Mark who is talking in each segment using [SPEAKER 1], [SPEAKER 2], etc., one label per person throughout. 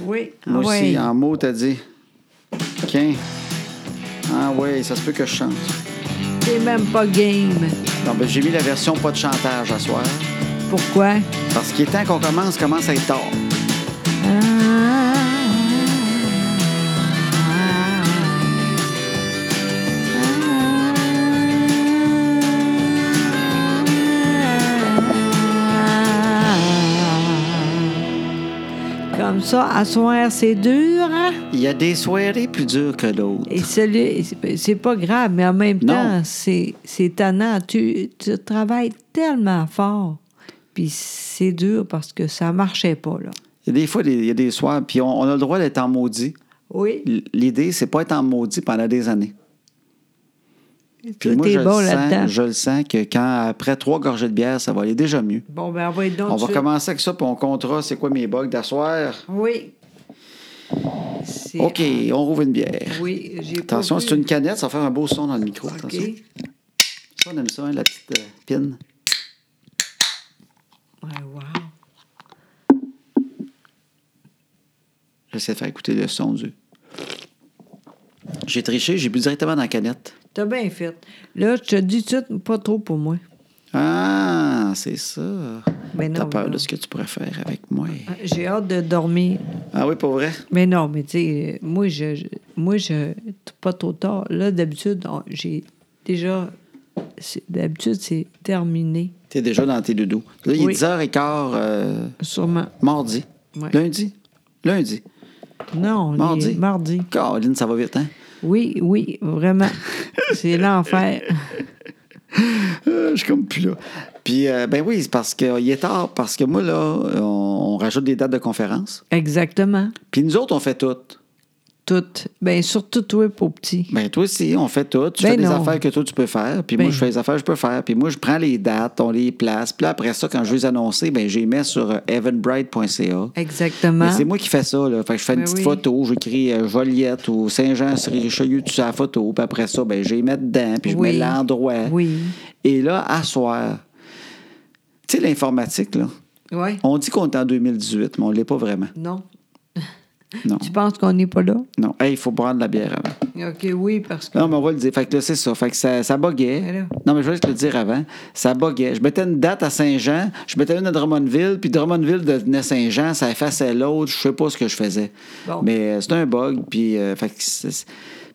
[SPEAKER 1] Oui.
[SPEAKER 2] Moi
[SPEAKER 1] Ah
[SPEAKER 2] aussi, hein.
[SPEAKER 1] ouais.
[SPEAKER 2] en mots, t'as dit. Quin. Ah oui, ça se peut que je chante.
[SPEAKER 1] T'es même pas game.
[SPEAKER 2] Non, ben, j'ai mis la version pas de chantage à soir.
[SPEAKER 1] Pourquoi?
[SPEAKER 2] Parce qu'il est temps qu'on commence, commence à être tard.
[SPEAKER 1] Comme ça, à soir, c'est dur. hein?
[SPEAKER 2] Il y a des soirées plus dures que d'autres.
[SPEAKER 1] Et celui- c'est- c'est pas grave, mais en même
[SPEAKER 2] Non.
[SPEAKER 1] temps, c'est c'est tannant. Tu, tu travailles tellement fort. Puis c'est dur parce que ça marchait pas, là.
[SPEAKER 2] Il y a des fois, des- il y a des soirs, puis on, on a le droit d'être en maudit.
[SPEAKER 1] Oui.
[SPEAKER 2] L- L'idée, c'est pas être en maudit pendant des années. Puis
[SPEAKER 1] Tout
[SPEAKER 2] moi,
[SPEAKER 1] est
[SPEAKER 2] je,
[SPEAKER 1] bon
[SPEAKER 2] le
[SPEAKER 1] là-dedans.
[SPEAKER 2] sens, je le sens que quand, après trois gorgées de bière, ça va aller déjà mieux.
[SPEAKER 1] Bon, ben, on va être donc
[SPEAKER 2] On va
[SPEAKER 1] dessus.
[SPEAKER 2] commencer avec ça, puis on comptera c'est quoi mes bugs d'asseoir.
[SPEAKER 1] Oui. C'est-
[SPEAKER 2] OK, on rouvre une bière.
[SPEAKER 1] Oui, j'ai pas
[SPEAKER 2] Attention,
[SPEAKER 1] vu.
[SPEAKER 2] c'est une canette, ça va faire un beau son dans le micro. Attention.
[SPEAKER 1] OK.
[SPEAKER 2] Ça, on aime ça, hein, la petite euh, pine.
[SPEAKER 1] Ouais, wow.
[SPEAKER 2] J'essaie de faire écouter le son du. J'ai triché, j'ai bu directement dans la canette.
[SPEAKER 1] T'as bien fait. Là, je te dis tout de suite, pas trop pour moi.
[SPEAKER 2] Ah, c'est ça.
[SPEAKER 1] Mais non,
[SPEAKER 2] T'as peur
[SPEAKER 1] mais non.
[SPEAKER 2] de ce que tu pourrais faire avec moi.
[SPEAKER 1] J'ai hâte de dormir.
[SPEAKER 2] Ah oui, pour vrai?
[SPEAKER 1] Mais non, mais tu sais, euh, moi, je, je- moi, je, t- pas trop tard. Là, d'habitude, on- j'ai déjà, c'est- d'habitude, c'est terminé,
[SPEAKER 2] T'es déjà dans tes doudous. Là, il
[SPEAKER 1] Oui.
[SPEAKER 2] est 10h15 euh,
[SPEAKER 1] sûrement.
[SPEAKER 2] mardi.
[SPEAKER 1] Ouais.
[SPEAKER 2] Lundi. Lundi.
[SPEAKER 1] Non, on est
[SPEAKER 2] Mardi.
[SPEAKER 1] mardi.
[SPEAKER 2] Caroline, ça va vite, hein?
[SPEAKER 1] Oui, oui, vraiment. c'est l'enfer.
[SPEAKER 2] Euh, je suis comme plus là. Puis, euh, ben oui, c'est parce qu'il est tard. Parce que moi, là, on, on rajoute des dates de conférences.
[SPEAKER 1] Exactement.
[SPEAKER 2] Puis nous autres, on fait tout.
[SPEAKER 1] Toutes. Bien, surtout toi, pour petit.
[SPEAKER 2] Ben toi aussi, on fait tout. Tu
[SPEAKER 1] Ben
[SPEAKER 2] fais des
[SPEAKER 1] non.
[SPEAKER 2] affaires que toi, tu peux faire. Puis
[SPEAKER 1] Ben.
[SPEAKER 2] moi, je fais les affaires que je peux faire. Puis moi, je prends les dates, on les place. Puis là, après ça, quand je veux les annoncer, ben je les mets sur euh, evanbright.ca.
[SPEAKER 1] Exactement.
[SPEAKER 2] Mais c'est moi qui fais ça. Là. Fait que je fais une
[SPEAKER 1] Ben
[SPEAKER 2] petite
[SPEAKER 1] oui.
[SPEAKER 2] photo, j'écris euh, Joliette ou Saint-Jean sur Richelieu, tu sais la photo. Puis après ça, ben, je les mets dedans, puis je
[SPEAKER 1] Oui.
[SPEAKER 2] mets l'endroit.
[SPEAKER 1] Oui.
[SPEAKER 2] Et là, à soir, tu sais, l'informatique, là,
[SPEAKER 1] Oui.
[SPEAKER 2] on dit qu'on est en 2018, mais on ne l'est pas vraiment.
[SPEAKER 1] Non.
[SPEAKER 2] Non.
[SPEAKER 1] Tu penses qu'on n'est pas là?
[SPEAKER 2] Non. Hey, il faut prendre la bière avant.
[SPEAKER 1] OK, oui, parce que.
[SPEAKER 2] Non, mais on va le dire. Fait que là, c'est ça. Fait que ça, ça boguait.
[SPEAKER 1] Mais là.
[SPEAKER 2] Non, mais je vais te le dire avant. Ça boguait. Je mettais une date à Saint-Jean, je mettais une à Drummondville, puis Drummondville devenait Saint-Jean, ça effaçait l'autre. Je sais pas ce que je faisais.
[SPEAKER 1] Bon.
[SPEAKER 2] Mais c'est un bug, puis... euh, fait que c'est- c'est-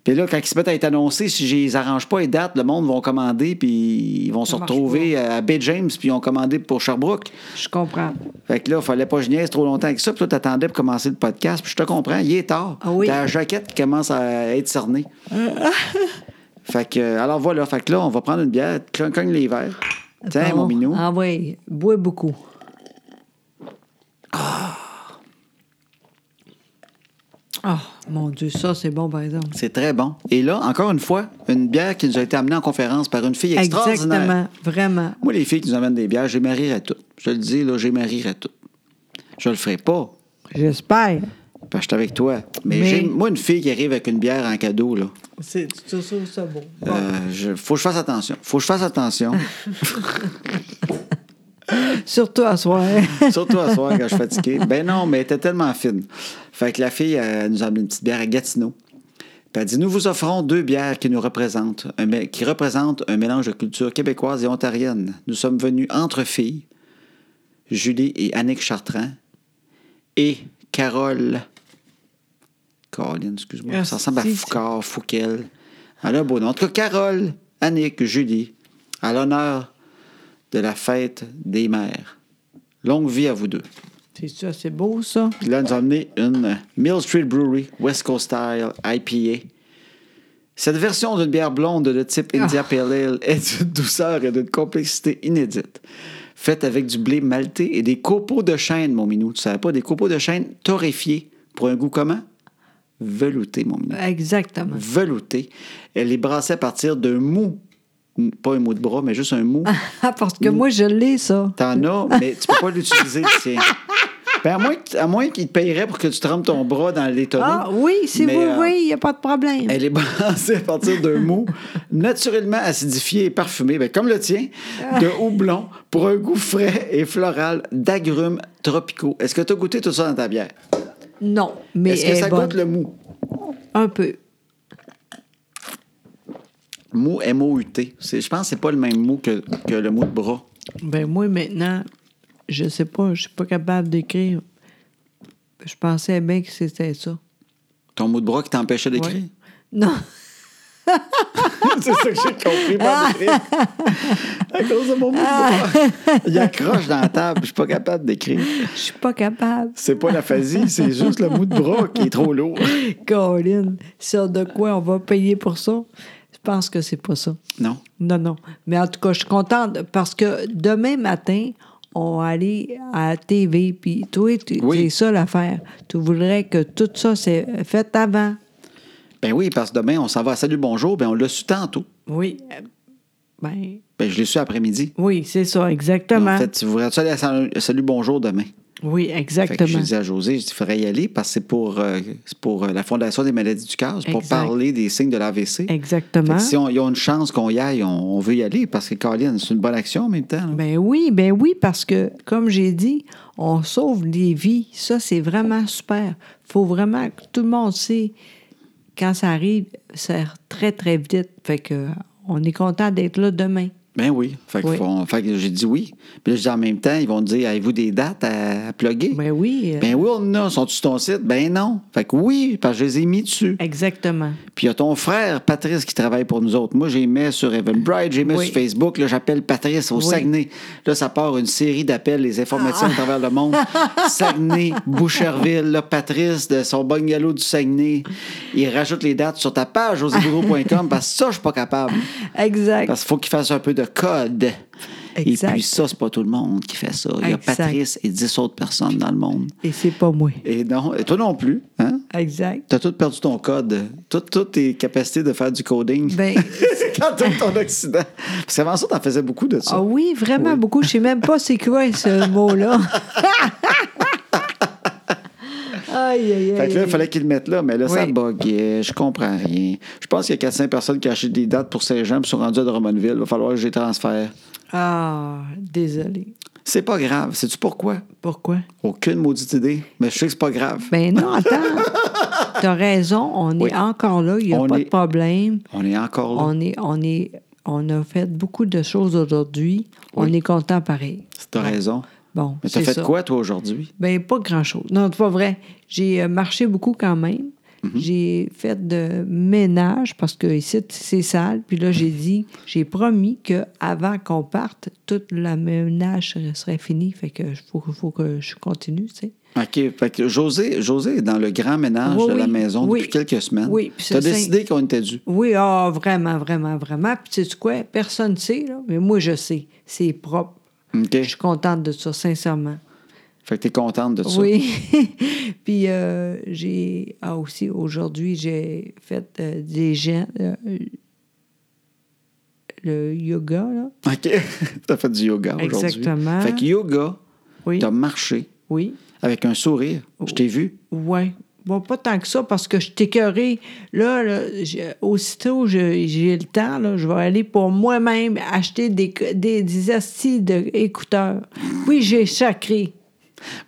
[SPEAKER 2] puis là, quand ils se mettent à être annoncés, si je les arrange pas les dates, le monde vont commander, puis ils vont se
[SPEAKER 1] marche
[SPEAKER 2] retrouver à Bay James, puis ils ont commandé pour Sherbrooke.
[SPEAKER 1] Je comprends.
[SPEAKER 2] Fait que là, il fallait pas que je niaise trop longtemps avec ça. Puis toi, t'attendais pour commencer le podcast. Puis je te comprends, il est tard.
[SPEAKER 1] Ah oui.
[SPEAKER 2] T'as la jaquette qui commence à être cernée. fait que, euh, alors voilà. Fait que là, on va prendre une bière, clon- cogne les verres. Tiens, mon
[SPEAKER 1] Bon.
[SPEAKER 2] minou.
[SPEAKER 1] Ah oui, bois beaucoup. Ah, Oh, mon Dieu, ça, c'est bon, par exemple.
[SPEAKER 2] C'est très bon. Et là, encore une fois, une bière qui nous a été amenée en conférence par une fille extraordinaire.
[SPEAKER 1] Exactement, vraiment.
[SPEAKER 2] Moi, les filles qui nous amènent des bières, j'ai marié à toutes. Je te le dis, là, j'ai marié à toutes. Je le ferai pas.
[SPEAKER 1] J'espère.
[SPEAKER 2] parce que je suis avec toi. Mais,
[SPEAKER 1] Mais-
[SPEAKER 2] j'ai- moi, une fille qui arrive avec une bière en cadeau, là.
[SPEAKER 1] C'est tout ça, ça beau. Bon.
[SPEAKER 2] euh, je- faut que je fasse attention. Faut que je fasse attention.
[SPEAKER 1] Surtout à soir.
[SPEAKER 2] Surtout à soir quand je suis fatigué. Ben non, mais elle était tellement fine. Fait que la fille elle nous a amené une petite bière à Gatineau. Puis elle dit Nous vous offrons deux bières qui nous représentent, un mé- qui représentent un mélange de culture québécoise et ontarienne. Nous sommes venus entre filles, Julie et Annick Chartrand, et Carole. Caroline, excuse-moi. Ça ressemble à
[SPEAKER 1] Merci.
[SPEAKER 2] Foucard, Fouquel. Elle a un beau nom. En tout cas, Carole, Annick, Julie, à l'honneur de la fête des mères. Longue vie à vous deux.
[SPEAKER 1] c'est ça, c'est beau, ça.
[SPEAKER 2] Puis là, nous a amené une euh, Mill Street Brewery West Coast Style IPA. Cette version d'une bière blonde de type India Pale Ale est d'une douceur et d'une complexité inédite. Faite avec du blé malté et des copeaux de chêne, mon minou. Tu savais pas, des copeaux de chêne torréfiés pour un goût comment? Velouté, mon minou.
[SPEAKER 1] Exactement.
[SPEAKER 2] Velouté. Elle les brassait à partir d'un mou. Pas un mou de bras, mais juste un mou.
[SPEAKER 1] Ah, parce
[SPEAKER 2] Mm.
[SPEAKER 1] que moi, je l'ai, ça.
[SPEAKER 2] T'en as, mais tu peux pas l'utiliser, le tien. Ben, à moins, que- à moins qu'il te payerait pour que tu trempes ton bras dans les tonneaux.
[SPEAKER 1] Ah oui, si
[SPEAKER 2] Mais,
[SPEAKER 1] vous
[SPEAKER 2] euh,
[SPEAKER 1] voyez, il n'y a pas de problème.
[SPEAKER 2] Elle est brassée à partir d'un mou naturellement acidifié et parfumé, ben, comme le tien, de houblon pour un goût frais et floral d'agrumes tropicaux. Est-ce que tu as goûté tout ça dans ta bière?
[SPEAKER 1] Non, mais
[SPEAKER 2] Est-ce que
[SPEAKER 1] elle est
[SPEAKER 2] ça
[SPEAKER 1] bonne.
[SPEAKER 2] goûte le mou?
[SPEAKER 1] Un peu.
[SPEAKER 2] Mou, M-O-U-T. C'est- Je pense que c'est pas le même mou que, que le mou de bras.
[SPEAKER 1] Ben moi, maintenant, je sais pas, je suis pas capable d'écrire. Je pensais bien que c'était ça.
[SPEAKER 2] Ton mou de bras qui t'empêchait d'écrire?
[SPEAKER 1] Ouais. Non.
[SPEAKER 2] c'est ça que j'ai compris
[SPEAKER 1] Ah.
[SPEAKER 2] par d'écrire. À cause de mon mou de bras. Il accroche dans la table, je suis pas capable d'écrire.
[SPEAKER 1] Je suis pas capable.
[SPEAKER 2] C'est pas la phasie, c'est juste le mou de bras qui est trop lourd.
[SPEAKER 1] Colin, ça de quoi on va payer pour ça? Je pense que c'est pas ça.
[SPEAKER 2] Non.
[SPEAKER 1] Non, non. Mais en tout cas, je suis contente parce que demain matin, on va aller à la TV. Puis toi, tu-
[SPEAKER 2] Oui.
[SPEAKER 1] c'est ça l'affaire. Tu voudrais que tout ça c'est fait avant.
[SPEAKER 2] Ben oui, parce que demain, on s'en va à Salut Bonjour, ben on l'a su tantôt.
[SPEAKER 1] Oui. Euh, Ben,
[SPEAKER 2] Ben je l'ai su après-midi.
[SPEAKER 1] oui, c'est ça,
[SPEAKER 2] En
[SPEAKER 1] exactement.
[SPEAKER 2] fait, tu voudrais-tu aller à Salut- Salut Bonjour demain?
[SPEAKER 1] Oui,
[SPEAKER 2] Fait que je
[SPEAKER 1] exactement.
[SPEAKER 2] disais à José, il faudrait y aller parce que c'est pour, euh, c'est pour euh, la Fondation des maladies du cœur, c'est pour
[SPEAKER 1] Exact.
[SPEAKER 2] parler des signes de l'AVC. Fait
[SPEAKER 1] Exactement.
[SPEAKER 2] que si on, ils ont une chance qu'on y aille, on, on veut y aller parce que Colin, c'est une bonne action en même temps. là.
[SPEAKER 1] Ben oui, ben oui, parce que, comme j'ai dit, on sauve des vies. Ça, c'est vraiment super. faut vraiment que tout le monde sait quand ça arrive, c'est très, très vite. Fait que euh, on est content d'être là demain.
[SPEAKER 2] Ben oui. Fait que,
[SPEAKER 1] Oui.
[SPEAKER 2] faut- fait que j'ai dit oui. Puis là, je dis en même temps, ils vont dire avez-vous des dates à, à plugger?
[SPEAKER 1] Ben oui, euh,
[SPEAKER 2] Ben oui, on en a. Sont-tu sur ton site? Ben non. Fait que oui, parce que je les ai mis dessus.
[SPEAKER 1] exactement.
[SPEAKER 2] Puis il y a ton frère, Patrice, qui travaille pour nous autres. Moi, j'ai mis sur Evenbrite, j'ai mis
[SPEAKER 1] Oui.
[SPEAKER 2] sur Facebook. Là, j'appelle Patrice au
[SPEAKER 1] Oui. Ah.
[SPEAKER 2] Saguenay. Là, ça part une série d'appels, les informaticiens à travers le monde. Saguenay, Boucherville, là, Patrice, de son bungalow du Saguenay. Il rajoute les dates sur ta page, joségoudreau.com, parce que ça, je suis pas capable.
[SPEAKER 1] Exact.
[SPEAKER 2] Parce qu'il faut qu'il fasse un peu de code.
[SPEAKER 1] Exact.
[SPEAKER 2] Et puis ça, c'est pas tout le monde qui fait ça. Il y a
[SPEAKER 1] Exact.
[SPEAKER 2] Patrice et 10 autres personnes dans le monde.
[SPEAKER 1] Et c'est pas moi.
[SPEAKER 2] Et non, et toi non plus, hein?
[SPEAKER 1] Exact.
[SPEAKER 2] T'as tout perdu ton code, Tout- toutes tes capacités de faire du coding.
[SPEAKER 1] Ben,
[SPEAKER 2] quand t'as eu ton accident. Parce qu'avant ça, t'en faisais beaucoup de ça.
[SPEAKER 1] ah oui, vraiment beaucoup. Je sais même pas c'est quoi ce mot-là. aïe, aïe, aïe.
[SPEAKER 2] fait que là, il
[SPEAKER 1] aïe.
[SPEAKER 2] fallait qu'ils le mettent là, mais là, ça
[SPEAKER 1] Oui.
[SPEAKER 2] buguait. Je comprends rien. Je pense qu'il y a 400 personnes qui achètent des dates pour Saint-Jean puis sont rendues à Drummondville. Il va falloir que je les transfère.
[SPEAKER 1] Ah, désolé.
[SPEAKER 2] C'est pas grave. Sais-tu pourquoi?
[SPEAKER 1] Pourquoi?
[SPEAKER 2] Aucune maudite idée. Mais je sais que c'est pas grave.
[SPEAKER 1] Ben non, attends. T'as raison, on
[SPEAKER 2] Oui.
[SPEAKER 1] est encore là, il n'y a
[SPEAKER 2] On
[SPEAKER 1] pas
[SPEAKER 2] est-
[SPEAKER 1] de problème.
[SPEAKER 2] On est encore là.
[SPEAKER 1] On est, on est, on a fait beaucoup de choses aujourd'hui. On est content pareil.
[SPEAKER 2] C'est- T'as raison.
[SPEAKER 1] Bon,
[SPEAKER 2] Mais t'as
[SPEAKER 1] c'est
[SPEAKER 2] fait
[SPEAKER 1] ça.
[SPEAKER 2] quoi, toi, aujourd'hui?
[SPEAKER 1] Ben pas grand chose. Non, c'est pas vrai. J'ai euh, marché beaucoup quand même.
[SPEAKER 2] Mm-hmm.
[SPEAKER 1] J'ai fait de ménage parce que ici c'est sale. Puis là j'ai dit, j'ai promis que avant qu'on parte, tout le ménage serait- serait fini. Fait que faut, faut que je continue, tu sais.
[SPEAKER 2] OK. Fait que José, José est dans le grand ménage
[SPEAKER 1] Oui,
[SPEAKER 2] de la
[SPEAKER 1] oui,
[SPEAKER 2] maison
[SPEAKER 1] oui.
[SPEAKER 2] depuis quelques semaines.
[SPEAKER 1] Oui, puis
[SPEAKER 2] T'as
[SPEAKER 1] c'est-
[SPEAKER 2] décidé qu'on était dû.
[SPEAKER 1] Oui, ah, vraiment, vraiment, vraiment. Puis, tu sais quoi? Personne ne sait, là, mais moi, je sais. C'est propre.
[SPEAKER 2] OK.
[SPEAKER 1] Je suis contente de ça, sincèrement.
[SPEAKER 2] Fait que t'es contente de ça.
[SPEAKER 1] Oui. Puis, euh, j'ai. Ah, aussi, aujourd'hui, j'ai fait euh, des gens. euh, le yoga, là.
[SPEAKER 2] OK. T'as fait du yoga aujourd'hui.
[SPEAKER 1] Exactement.
[SPEAKER 2] Fait que yoga,
[SPEAKER 1] Oui. Oh.
[SPEAKER 2] t'as marché
[SPEAKER 1] Oui.
[SPEAKER 2] avec un sourire. Je t'ai vu.
[SPEAKER 1] Oui. Bon, pas tant que ça, parce que je t'écœurais. Là, là, j'ai- aussitôt je- j'ai le temps, là, je vais aller pour moi-même acheter des, des, des astis d'écouteurs. Oui, j'ai chacré.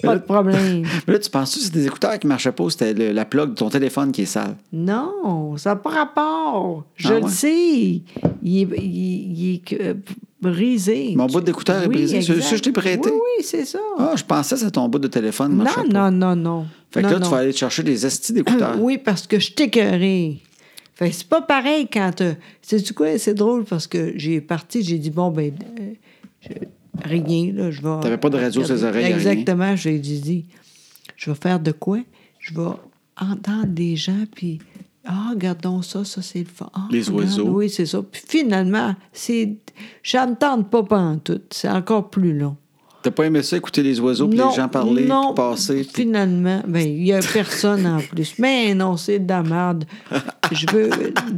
[SPEAKER 1] Pas de problème.
[SPEAKER 2] Mais là, tu penses-tu que c'est des écouteurs qui marchaient pas ou c'était le- la plug de ton téléphone qui est sale?
[SPEAKER 1] Non, ça n'a pas rapport. Je
[SPEAKER 2] Ah
[SPEAKER 1] le
[SPEAKER 2] ouais?
[SPEAKER 1] sais. Il est, il- il est, euh, brisé.
[SPEAKER 2] Mon bout d'écouteur est
[SPEAKER 1] Oui,
[SPEAKER 2] brisé. Celui-
[SPEAKER 1] exact.
[SPEAKER 2] celui que je t'ai prêté?
[SPEAKER 1] Oui, oui, c'est ça.
[SPEAKER 2] Ah, je pensais que c'était ton bout de téléphone qui
[SPEAKER 1] non,
[SPEAKER 2] marchait pas.
[SPEAKER 1] non, non, non.
[SPEAKER 2] Fait que
[SPEAKER 1] Non,
[SPEAKER 2] là,
[SPEAKER 1] non.
[SPEAKER 2] tu vas aller te chercher des estis d'écouteurs.
[SPEAKER 1] Oui, parce que je t'écœurais. Fait que c'est pas pareil quand. c'est tu quoi? C'est drôle parce que j'ai parti, j'ai dit, bon, ben, euh, je- rien, là, je vais.
[SPEAKER 2] T'avais pas de radio sur les oreilles, rien.
[SPEAKER 1] Exactement, j'ai dit, dit, je vais faire de quoi? Je vais entendre des gens, puis. Ah, regardons ça, ça c'est le fort.
[SPEAKER 2] Les oiseaux.
[SPEAKER 1] Oui, c'est ça. Puis finalement, c'est. J'entends pas tout. C'est encore plus long.
[SPEAKER 2] T'as pas aimé ça, écouter les oiseaux, puis les gens parler,
[SPEAKER 1] non,
[SPEAKER 2] puis passer. puis-
[SPEAKER 1] Finalement, ben, il n'y a personne en plus. Mais non, c'est de la merde. Je veux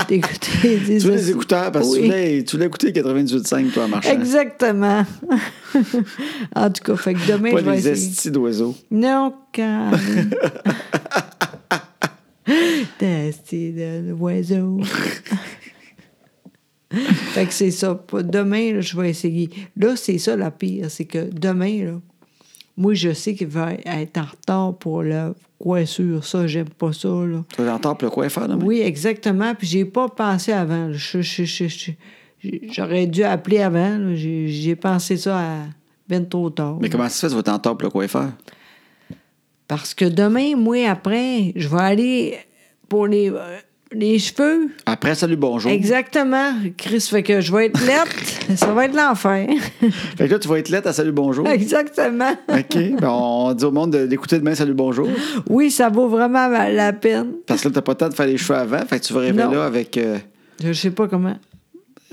[SPEAKER 1] écouter des
[SPEAKER 2] Tu veux les écouteurs parce que tu
[SPEAKER 1] Oui.
[SPEAKER 2] voulais, tu voulais écouter 98.5, toi, en marchant.
[SPEAKER 1] Exactement. en tout cas, fait que demain,
[SPEAKER 2] Pas
[SPEAKER 1] je vais
[SPEAKER 2] les
[SPEAKER 1] essayer.
[SPEAKER 2] estis d'oiseaux.
[SPEAKER 1] Non, quand. Tester de l'oiseau. fait que c'est ça. Pas- Demain, là, je vais essayer. Là, c'est ça la pire. C'est que demain, là, Moi, je sais qu'il va être en retard pour la coiffure, ça, j'aime pas ça. Là.
[SPEAKER 2] Tu vas entendre le coiffeur demain?
[SPEAKER 1] Oui, exactement. Puis j'ai pas pensé avant. là. Je- je- je- je- je- J'aurais dû appeler avant. là. J'ai j'ai pensé ça à ben trop tard.
[SPEAKER 2] Mais comment ça se fait, tu vas t'entendre le coiffeur?
[SPEAKER 1] Parce que demain, moi, après, je vais aller pour les, euh, les cheveux.
[SPEAKER 2] Après, salut, bonjour.
[SPEAKER 1] Exactement. Chris, fait que je vais être lette. ça va être l'enfer.
[SPEAKER 2] Fait que là, tu vas être lettre à salut, bonjour. OK.
[SPEAKER 1] Exactement.
[SPEAKER 2] Ben, on dit au monde de- d'écouter demain, salut, bonjour.
[SPEAKER 1] Oui, ça vaut vraiment la peine.
[SPEAKER 2] Parce que là, t'as pas le temps de faire les cheveux avant. Fait que tu vas rêver
[SPEAKER 1] Non.
[SPEAKER 2] là avec. euh,
[SPEAKER 1] Je sais pas comment.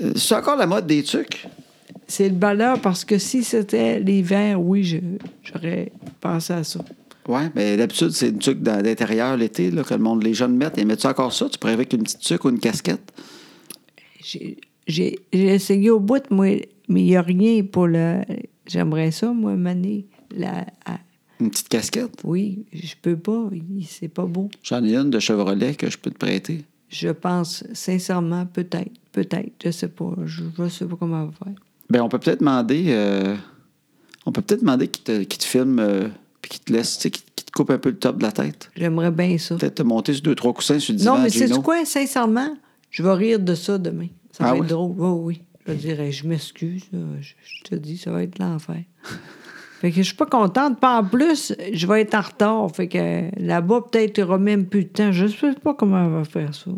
[SPEAKER 2] euh, C'est encore la mode des trucs?
[SPEAKER 1] C'est le bonheur parce que si c'était l'hiver, oui, je- j'aurais pensé à ça.
[SPEAKER 2] Ouais, mais d'habitude, c'est une tuque dans- d'intérieur l'été, là, que le monde, les jeunes mettent. Et mets-tu encore ça? Tu pourrais avec une petite tuque ou une casquette?
[SPEAKER 1] J'ai j'ai- j'ai essayé au bout, moi, mais il n'y a rien pour le. J'aimerais ça, moi, Mané. La, à-
[SPEAKER 2] Une petite casquette?
[SPEAKER 1] oui, je peux pas. il- C'est pas beau.
[SPEAKER 2] J'en ai une de Chevrolet que je peux te prêter.
[SPEAKER 1] Je pense sincèrement, peut-être, peut-être, je sais pas. Je, je sais pas comment on va faire.
[SPEAKER 2] Ben, on peut peut-être demander. euh, on peut peut-être demander qu'ils te, qu'ils te filment, euh, puis qu'ils te laissent, tu sais, qu'ils qu'ils te coupent un peu le top de la tête.
[SPEAKER 1] J'aimerais bien ça.
[SPEAKER 2] Peut-être te monter sur deux, trois coussins sur le divan
[SPEAKER 1] Non, mais
[SPEAKER 2] Gino.
[SPEAKER 1] c'est quoi, sincèrement? Je vais rire de ça demain. Ça
[SPEAKER 2] Ah
[SPEAKER 1] va
[SPEAKER 2] ouais?
[SPEAKER 1] être drôle. Oh, oui, je dirais, je m'excuse. là. Je, je te dis, ça va être l'enfer. fait que je suis pas contente. Pas en plus, je vais être en retard. Fait que là-bas, peut-être, il y aura même plus de temps. Je sais pas comment on va faire ça.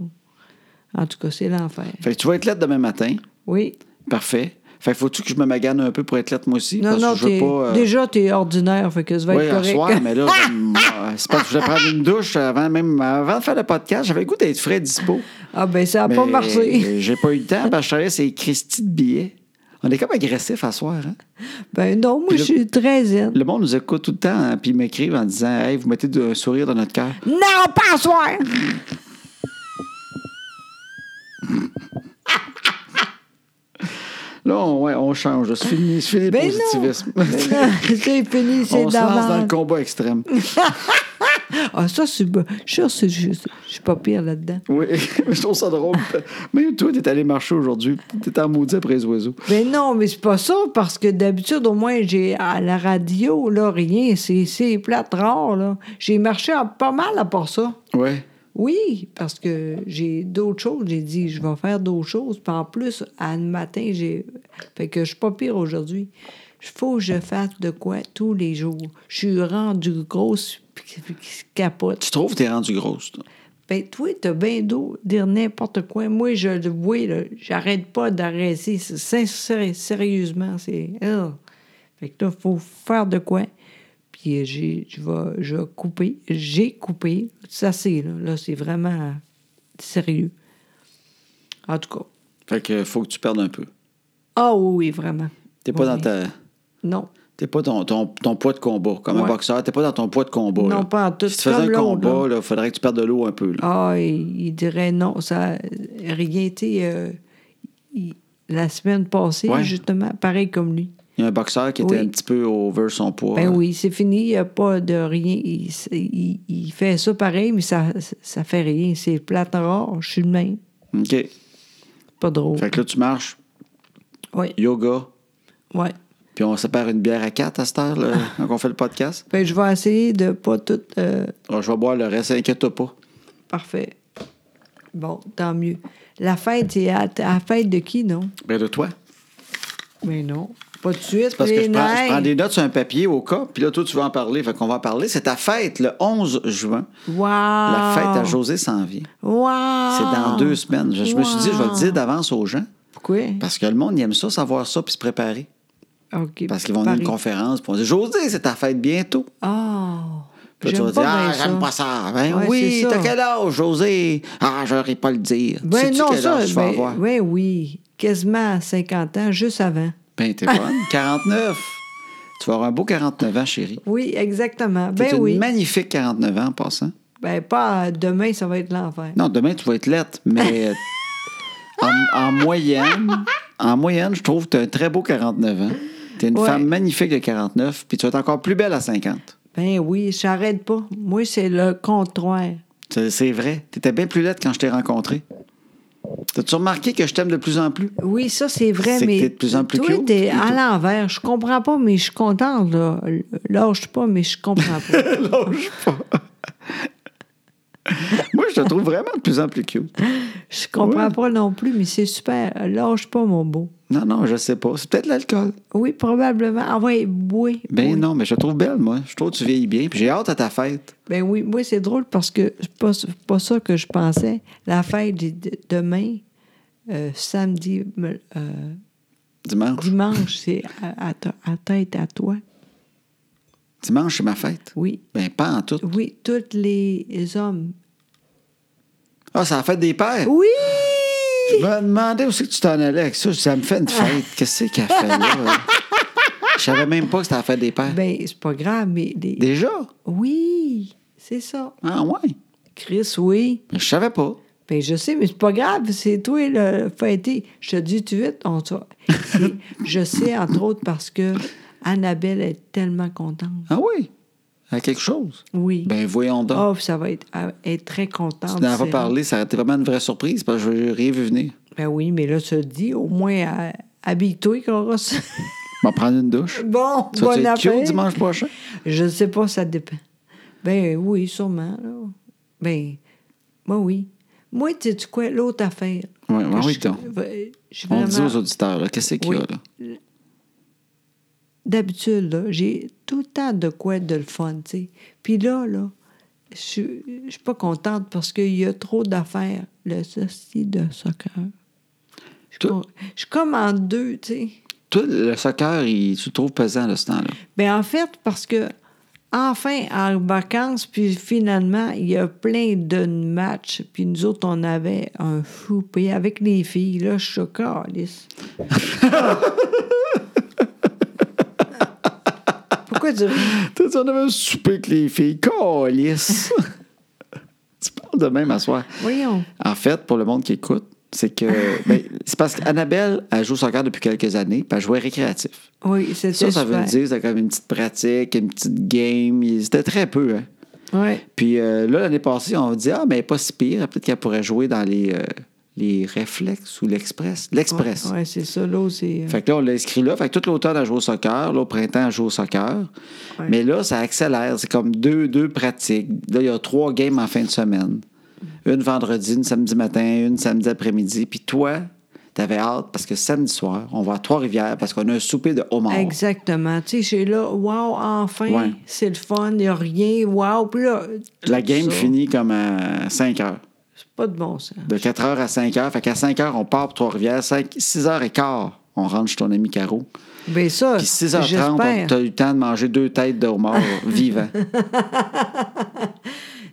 [SPEAKER 1] En tout cas, c'est l'enfer.
[SPEAKER 2] Fait que tu vas être lettre demain matin.
[SPEAKER 1] Oui.
[SPEAKER 2] Parfait. Fait que faut-tu que je me magane un peu pour être lettre moi aussi?
[SPEAKER 1] Non,
[SPEAKER 2] parce
[SPEAKER 1] non,
[SPEAKER 2] que je veux
[SPEAKER 1] t'es-
[SPEAKER 2] pas. euh,
[SPEAKER 1] déjà, tu es ordinaire. Fait que ça va
[SPEAKER 2] Oui,
[SPEAKER 1] être
[SPEAKER 2] un
[SPEAKER 1] correct.
[SPEAKER 2] soir, mais là, je- moi, c'est parce que je voulais prendre une douche avant même avant de faire le podcast. J'avais le goût d'être frais dispo.
[SPEAKER 1] Ah, ben, ça n'a
[SPEAKER 2] Mais
[SPEAKER 1] pas marché.
[SPEAKER 2] J'ai pas eu le temps parce que je travaillais, c'est Christy de billets. On est comme agressif à soir. Hein?
[SPEAKER 1] Ben, non, moi,
[SPEAKER 2] Puis
[SPEAKER 1] je
[SPEAKER 2] le-
[SPEAKER 1] suis très zen.
[SPEAKER 2] Le monde nous écoute tout le temps, hein, puis ils m'écrivent en disant Hey, vous mettez du- un sourire dans notre cœur.
[SPEAKER 1] Non, pas à soir!
[SPEAKER 2] Là, on, ouais, on change. là. C'est fini, c'est fini le
[SPEAKER 1] Ben non.
[SPEAKER 2] positivisme.
[SPEAKER 1] c'est fini, c'est
[SPEAKER 2] on se lance dans
[SPEAKER 1] d'avance.
[SPEAKER 2] le combat extrême.
[SPEAKER 1] Ah, ça, c'est. bon. Je suis sûr que je, je suis pas pire là-dedans.
[SPEAKER 2] oui, je trouve ça drôle. Même toi, t'es allé marcher aujourd'hui. T'es en maudit après les oiseaux.
[SPEAKER 1] Mais Ben non, mais c'est pas ça, parce que d'habitude, au moins, j'ai à la radio, là, rien. C'est, c'est plate rare, là. J'ai marché en- pas mal à part ça.
[SPEAKER 2] Ouais.
[SPEAKER 1] Oui, parce que j'ai d'autres choses. J'ai dit, je vais faire d'autres choses. Puis en plus, à le matin, j'ai. Fait que je suis pas pire aujourd'hui. Faut que je fasse de quoi tous les jours. Je suis rendue grosse puis qui- qui capote.
[SPEAKER 2] Tu trouves que t'es rendu grosse, toi?
[SPEAKER 1] Ben, toi, t'as bien d'eau dire n'importe quoi. Moi, je le vois, là, j'arrête pas d'arrêter. C'est- c'est- c'est- Sérieusement, c'est. Ah. Fait que là, faut faire de quoi. Puis euh, j'ai, je vais, je vais couper. J'ai coupé. Ça, c'est là. Là, c'est vraiment sérieux. En tout cas.
[SPEAKER 2] Fait que faut que tu perdes un peu.
[SPEAKER 1] Ah oui, oui, vraiment.
[SPEAKER 2] T'es pas
[SPEAKER 1] Oui.
[SPEAKER 2] dans ta.
[SPEAKER 1] Non.
[SPEAKER 2] T'es pas ton, ton, ton poids de combat. Comme un
[SPEAKER 1] Ouais.
[SPEAKER 2] boxeur, t'es pas dans ton poids de combat.
[SPEAKER 1] Non,
[SPEAKER 2] là.
[SPEAKER 1] pas en tout.
[SPEAKER 2] Si tu faisais un
[SPEAKER 1] Comme l'autre,
[SPEAKER 2] combat, il faudrait que tu perdes de l'eau un peu. là.
[SPEAKER 1] Ah, il, il dirait non, ça n'a rien été. euh, il- la semaine passée,
[SPEAKER 2] Ouais.
[SPEAKER 1] justement, pareil comme lui.
[SPEAKER 2] Il y a un boxeur qui
[SPEAKER 1] Oui.
[SPEAKER 2] était un petit peu over son poids.
[SPEAKER 1] Ben oui, c'est fini, il n'y a pas de rien. Il, il- il fait ça pareil, mais ça ça fait rien. C'est plate rare, je suis le même.
[SPEAKER 2] OK.
[SPEAKER 1] Pas drôle.
[SPEAKER 2] Fait que là, tu marches,
[SPEAKER 1] Oui,
[SPEAKER 2] yoga,
[SPEAKER 1] oui.
[SPEAKER 2] puis on sépare une bière à quatre à cette heure, là, quand on fait le podcast.
[SPEAKER 1] Ben, je vais essayer de pas tout. euh,
[SPEAKER 2] Ah, je vais boire le reste, inquiète-toi pas.
[SPEAKER 1] parfait. Bon, tant mieux. La fête, c'est à, à la fête de qui, non?
[SPEAKER 2] Ben de toi.
[SPEAKER 1] Mais non. Pas de suite,
[SPEAKER 2] Parce que
[SPEAKER 1] les
[SPEAKER 2] je prends, je
[SPEAKER 1] nerfs.
[SPEAKER 2] prends des notes sur un papier au cas, puis là, toi, tu vas en parler. Fait qu'on va en parler. C'est ta fête le 11 juin.
[SPEAKER 1] Wow! Ah.
[SPEAKER 2] La fête à José Sanvier.
[SPEAKER 1] Wow!
[SPEAKER 2] C'est dans deux semaines. Je, je me suis dit, je vais le
[SPEAKER 1] Ah. Wow!
[SPEAKER 2] dire d'avance aux gens.
[SPEAKER 1] Pourquoi?
[SPEAKER 2] Parce que le monde, il aime ça, savoir ça, puis se préparer.
[SPEAKER 1] OK.
[SPEAKER 2] Parce qu'ils vont venir à
[SPEAKER 1] Paris.
[SPEAKER 2] une conférence, puis on dit José, c'est ta fête bientôt.
[SPEAKER 1] Ah!
[SPEAKER 2] Puis là, tu
[SPEAKER 1] J'aime
[SPEAKER 2] vas
[SPEAKER 1] pas
[SPEAKER 2] dire
[SPEAKER 1] bien
[SPEAKER 2] Ah,
[SPEAKER 1] ça.
[SPEAKER 2] j'aime pas ça. Ben
[SPEAKER 1] Ouais,
[SPEAKER 2] oui,
[SPEAKER 1] c'est ça.
[SPEAKER 2] t'as quel âge, José Ah, j'aurais pas le dire.
[SPEAKER 1] Ben
[SPEAKER 2] Sais-tu
[SPEAKER 1] non,
[SPEAKER 2] quel
[SPEAKER 1] ça,
[SPEAKER 2] âge tu vas
[SPEAKER 1] ben,
[SPEAKER 2] avoir?
[SPEAKER 1] oui, oui. Quasiment à 50 ans, juste avant.
[SPEAKER 2] Ben, t'es bonne. 49. Tu vas avoir un beau 49 ans, chérie.
[SPEAKER 1] Oui, exactement.
[SPEAKER 2] T'es
[SPEAKER 1] Ben
[SPEAKER 2] une
[SPEAKER 1] oui.
[SPEAKER 2] magnifique 49 ans en passant.
[SPEAKER 1] Ben pas euh, demain, ça va être l'enfer.
[SPEAKER 2] Non, demain, tu vas être lettre, mais en, en moyenne, en moyenne, je trouve que t'as un très beau 49 ans. T'es une
[SPEAKER 1] Ouais.
[SPEAKER 2] femme magnifique de 49, puis tu vas être encore plus belle à 50.
[SPEAKER 1] Ben oui, j'arrête pas. Moi, c'est le contraire.
[SPEAKER 2] C'est c'est vrai. T'étais bien plus laide quand je t'ai rencontrée. T'as-tu remarqué que je t'aime de plus en plus?
[SPEAKER 1] Oui, ça, c'est vrai,
[SPEAKER 2] C'est que
[SPEAKER 1] mais.
[SPEAKER 2] t'es de plus en plus
[SPEAKER 1] toi,
[SPEAKER 2] cute,
[SPEAKER 1] t'es
[SPEAKER 2] plutôt.
[SPEAKER 1] à l'envers. Je comprends pas, mais je suis contente, là. Lâche pas, mais je comprends pas.
[SPEAKER 2] Lâche pas. Moi, je te trouve vraiment de plus en plus cute.
[SPEAKER 1] Je comprends
[SPEAKER 2] Ouais.
[SPEAKER 1] pas non plus, mais c'est super. Lâche pas, mon beau.
[SPEAKER 2] Non, non, je sais pas. C'est peut-être l'alcool.
[SPEAKER 1] Oui, probablement. Ah ouais, oui.
[SPEAKER 2] Ben
[SPEAKER 1] oui.
[SPEAKER 2] non, mais je te trouve belle, moi. Je trouve que tu vieillis bien. Puis j'ai hâte à ta fête.
[SPEAKER 1] Ben oui, moi, c'est drôle parce que c'est pas, c'est pas ça que je pensais. La fête est de- demain, euh, samedi, me- euh,
[SPEAKER 2] Dimanche.
[SPEAKER 1] dimanche, c'est à, à ta- à tête à toi.
[SPEAKER 2] Dimanche, c'est ma fête.
[SPEAKER 1] Oui.
[SPEAKER 2] Ben, pas en tout.
[SPEAKER 1] Oui, tous les hommes.
[SPEAKER 2] Ah, c'est la fête des pères.
[SPEAKER 1] Oui!
[SPEAKER 2] Je me demandais où c'est que tu t'en allais avec ça. Je dis, Ça me fait une
[SPEAKER 1] Ah.
[SPEAKER 2] fête. Qu'est-ce qu'elle fait là? hein? Je savais même pas que c'était la fête des pères.
[SPEAKER 1] Ben, c'est pas grave, mais. les-
[SPEAKER 2] Déjà?
[SPEAKER 1] Oui! C'est ça.
[SPEAKER 2] Ah ouais?
[SPEAKER 1] Chris, oui.
[SPEAKER 2] Mais Je savais pas.
[SPEAKER 1] Ben, je sais, mais c'est pas grave, c'est toi le fêté. Je te dis tout de suite, on te- C'est- Je sais, entre autres, parce que Annabelle est tellement contente.
[SPEAKER 2] Ah oui? À quelque chose?
[SPEAKER 1] Oui.
[SPEAKER 2] Ben voyons donc.
[SPEAKER 1] Oh, ça va être, elle est très contente.
[SPEAKER 2] tu n'en as pas
[SPEAKER 1] c'est-
[SPEAKER 2] parlé, ça a été vraiment une vraie surprise parce que je n'ai rien vu venir.
[SPEAKER 1] Ben oui, mais là, tu te dis, au moins, euh, habille-toi, Coros.
[SPEAKER 2] Je vais prendre une douche.
[SPEAKER 1] bon,
[SPEAKER 2] Tu vas
[SPEAKER 1] bon
[SPEAKER 2] être cute
[SPEAKER 1] après.
[SPEAKER 2] dimanche prochain?
[SPEAKER 1] Je ne sais pas, ça dépend. Ben oui, sûrement. là. Ben, moi, oui. Moi, tu sais quoi, l'autre affaire.
[SPEAKER 2] Ouais, ouais,
[SPEAKER 1] Que
[SPEAKER 2] oui,
[SPEAKER 1] je-
[SPEAKER 2] donc.
[SPEAKER 1] ben, je suis
[SPEAKER 2] On
[SPEAKER 1] vraiment-
[SPEAKER 2] dit aux auditeurs, là, qu'est-ce qu'il y a
[SPEAKER 1] Oui.
[SPEAKER 2] là?
[SPEAKER 1] d'habitude, là, j'ai tout le temps de quoi être de le fun, tu sais. Puis là, là, je suis- je suis pas contente parce qu'il y a trop d'affaires. Le soci de soccer. Je
[SPEAKER 2] Toi-
[SPEAKER 1] com- Je suis comme en deux, tu sais.
[SPEAKER 2] Toi, le soccer, il, tu le trouves pesant de ce temps-là.
[SPEAKER 1] Ben en fait, parce que enfin en vacances, puis finalement, il y a plein de matchs. Puis nous autres, on avait un fou. Puis avec les filles, là, je suis calisse. Pourquoi tu ris?
[SPEAKER 2] T'as dit, on avait un souper avec les filles. Calisse! tu parles de même à soir.
[SPEAKER 1] Voyons.
[SPEAKER 2] En fait, pour le monde qui écoute, c'est que. ben, c'est parce qu'Annabelle, elle joue au soccer depuis quelques années, puis elle jouait récréatif.
[SPEAKER 1] Oui, c'était
[SPEAKER 2] Ça, ça
[SPEAKER 1] super.
[SPEAKER 2] veut dire que c'était comme une petite pratique, une petite game. il- C'était très peu, hein.
[SPEAKER 1] Ouais.
[SPEAKER 2] Puis euh, là, l'année passée, on dit Ah, mais elle est pas si pire, peut-être qu'elle pourrait jouer dans les, euh, les réflexes ou l'Express. L'Express.
[SPEAKER 1] Ouais, c'est ça, là, euh, c'est...
[SPEAKER 2] Fait que là, on l'a inscrit là. Fait que tout l'automne, elle joue au soccer. Là, au printemps, elle joue au soccer.
[SPEAKER 1] Ouais.
[SPEAKER 2] Mais là, ça accélère. C'est comme deux, deux pratiques. Là, il y a trois games en fin de semaine. Une vendredi, une samedi matin, une samedi après-midi. Puis toi, t'avais hâte parce que samedi soir, on va à Trois-Rivières parce qu'on a un souper de homard.
[SPEAKER 1] Exactement. Tu sais, j'ai là, wow, enfin,
[SPEAKER 2] Ouais.
[SPEAKER 1] c'est le fun, il n'y a rien, wow. Puis là,
[SPEAKER 2] La
[SPEAKER 1] tout
[SPEAKER 2] game
[SPEAKER 1] ça,
[SPEAKER 2] finit comme à 5 heures.
[SPEAKER 1] C'est pas de bon sens.
[SPEAKER 2] De 4 heures à 5 heures. Fait qu'à 5 heures, on part pour Trois-Rivières. 6 heures et quart, on rentre chez ton ami Caro.
[SPEAKER 1] Ben ça,
[SPEAKER 2] Puis 6h30,
[SPEAKER 1] j'espère.
[SPEAKER 2] on- t'as eu le temps de manger deux têtes de homard vivant.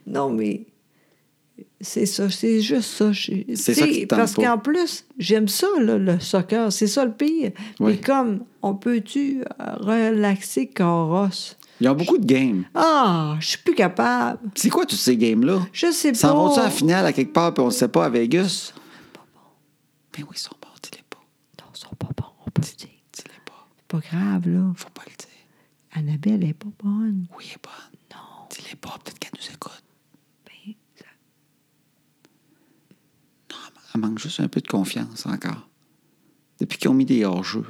[SPEAKER 1] Non, mais c'est ça, c'est juste ça. Je-
[SPEAKER 2] C'est
[SPEAKER 1] tu
[SPEAKER 2] ça
[SPEAKER 1] sais,
[SPEAKER 2] qui te tente
[SPEAKER 1] Parce
[SPEAKER 2] pas.
[SPEAKER 1] qu'en plus, j'aime ça, là, le soccer. C'est ça le pire.
[SPEAKER 2] Oui.
[SPEAKER 1] Mais comme, on peut-tu euh, relaxer Coros?
[SPEAKER 2] Ils ont beaucoup de games.
[SPEAKER 1] Ah, je suis plus capable.
[SPEAKER 2] C'est quoi tous ces games-là?
[SPEAKER 1] Je sais
[SPEAKER 2] S'en
[SPEAKER 1] pas.
[SPEAKER 2] vont-tu en finale à quelque part, puis on ne sait pas, à Vegas? Mais oui, ils sont bons, dis-les pas.
[SPEAKER 1] Non, ils sont pas bons, on peut le dire.
[SPEAKER 2] Dis-les pas.
[SPEAKER 1] C'est pas grave, là.
[SPEAKER 2] Faut pas le dire.
[SPEAKER 1] Annabelle est pas bonne.
[SPEAKER 2] Oui, elle est bonne. Non. Dis-les pas, peut-être qu'elle nous écoute.
[SPEAKER 1] Ben, ça-
[SPEAKER 2] Non, elle- elle manque juste un peu de confiance encore. Depuis qu'ils ont mis des hors-jeux.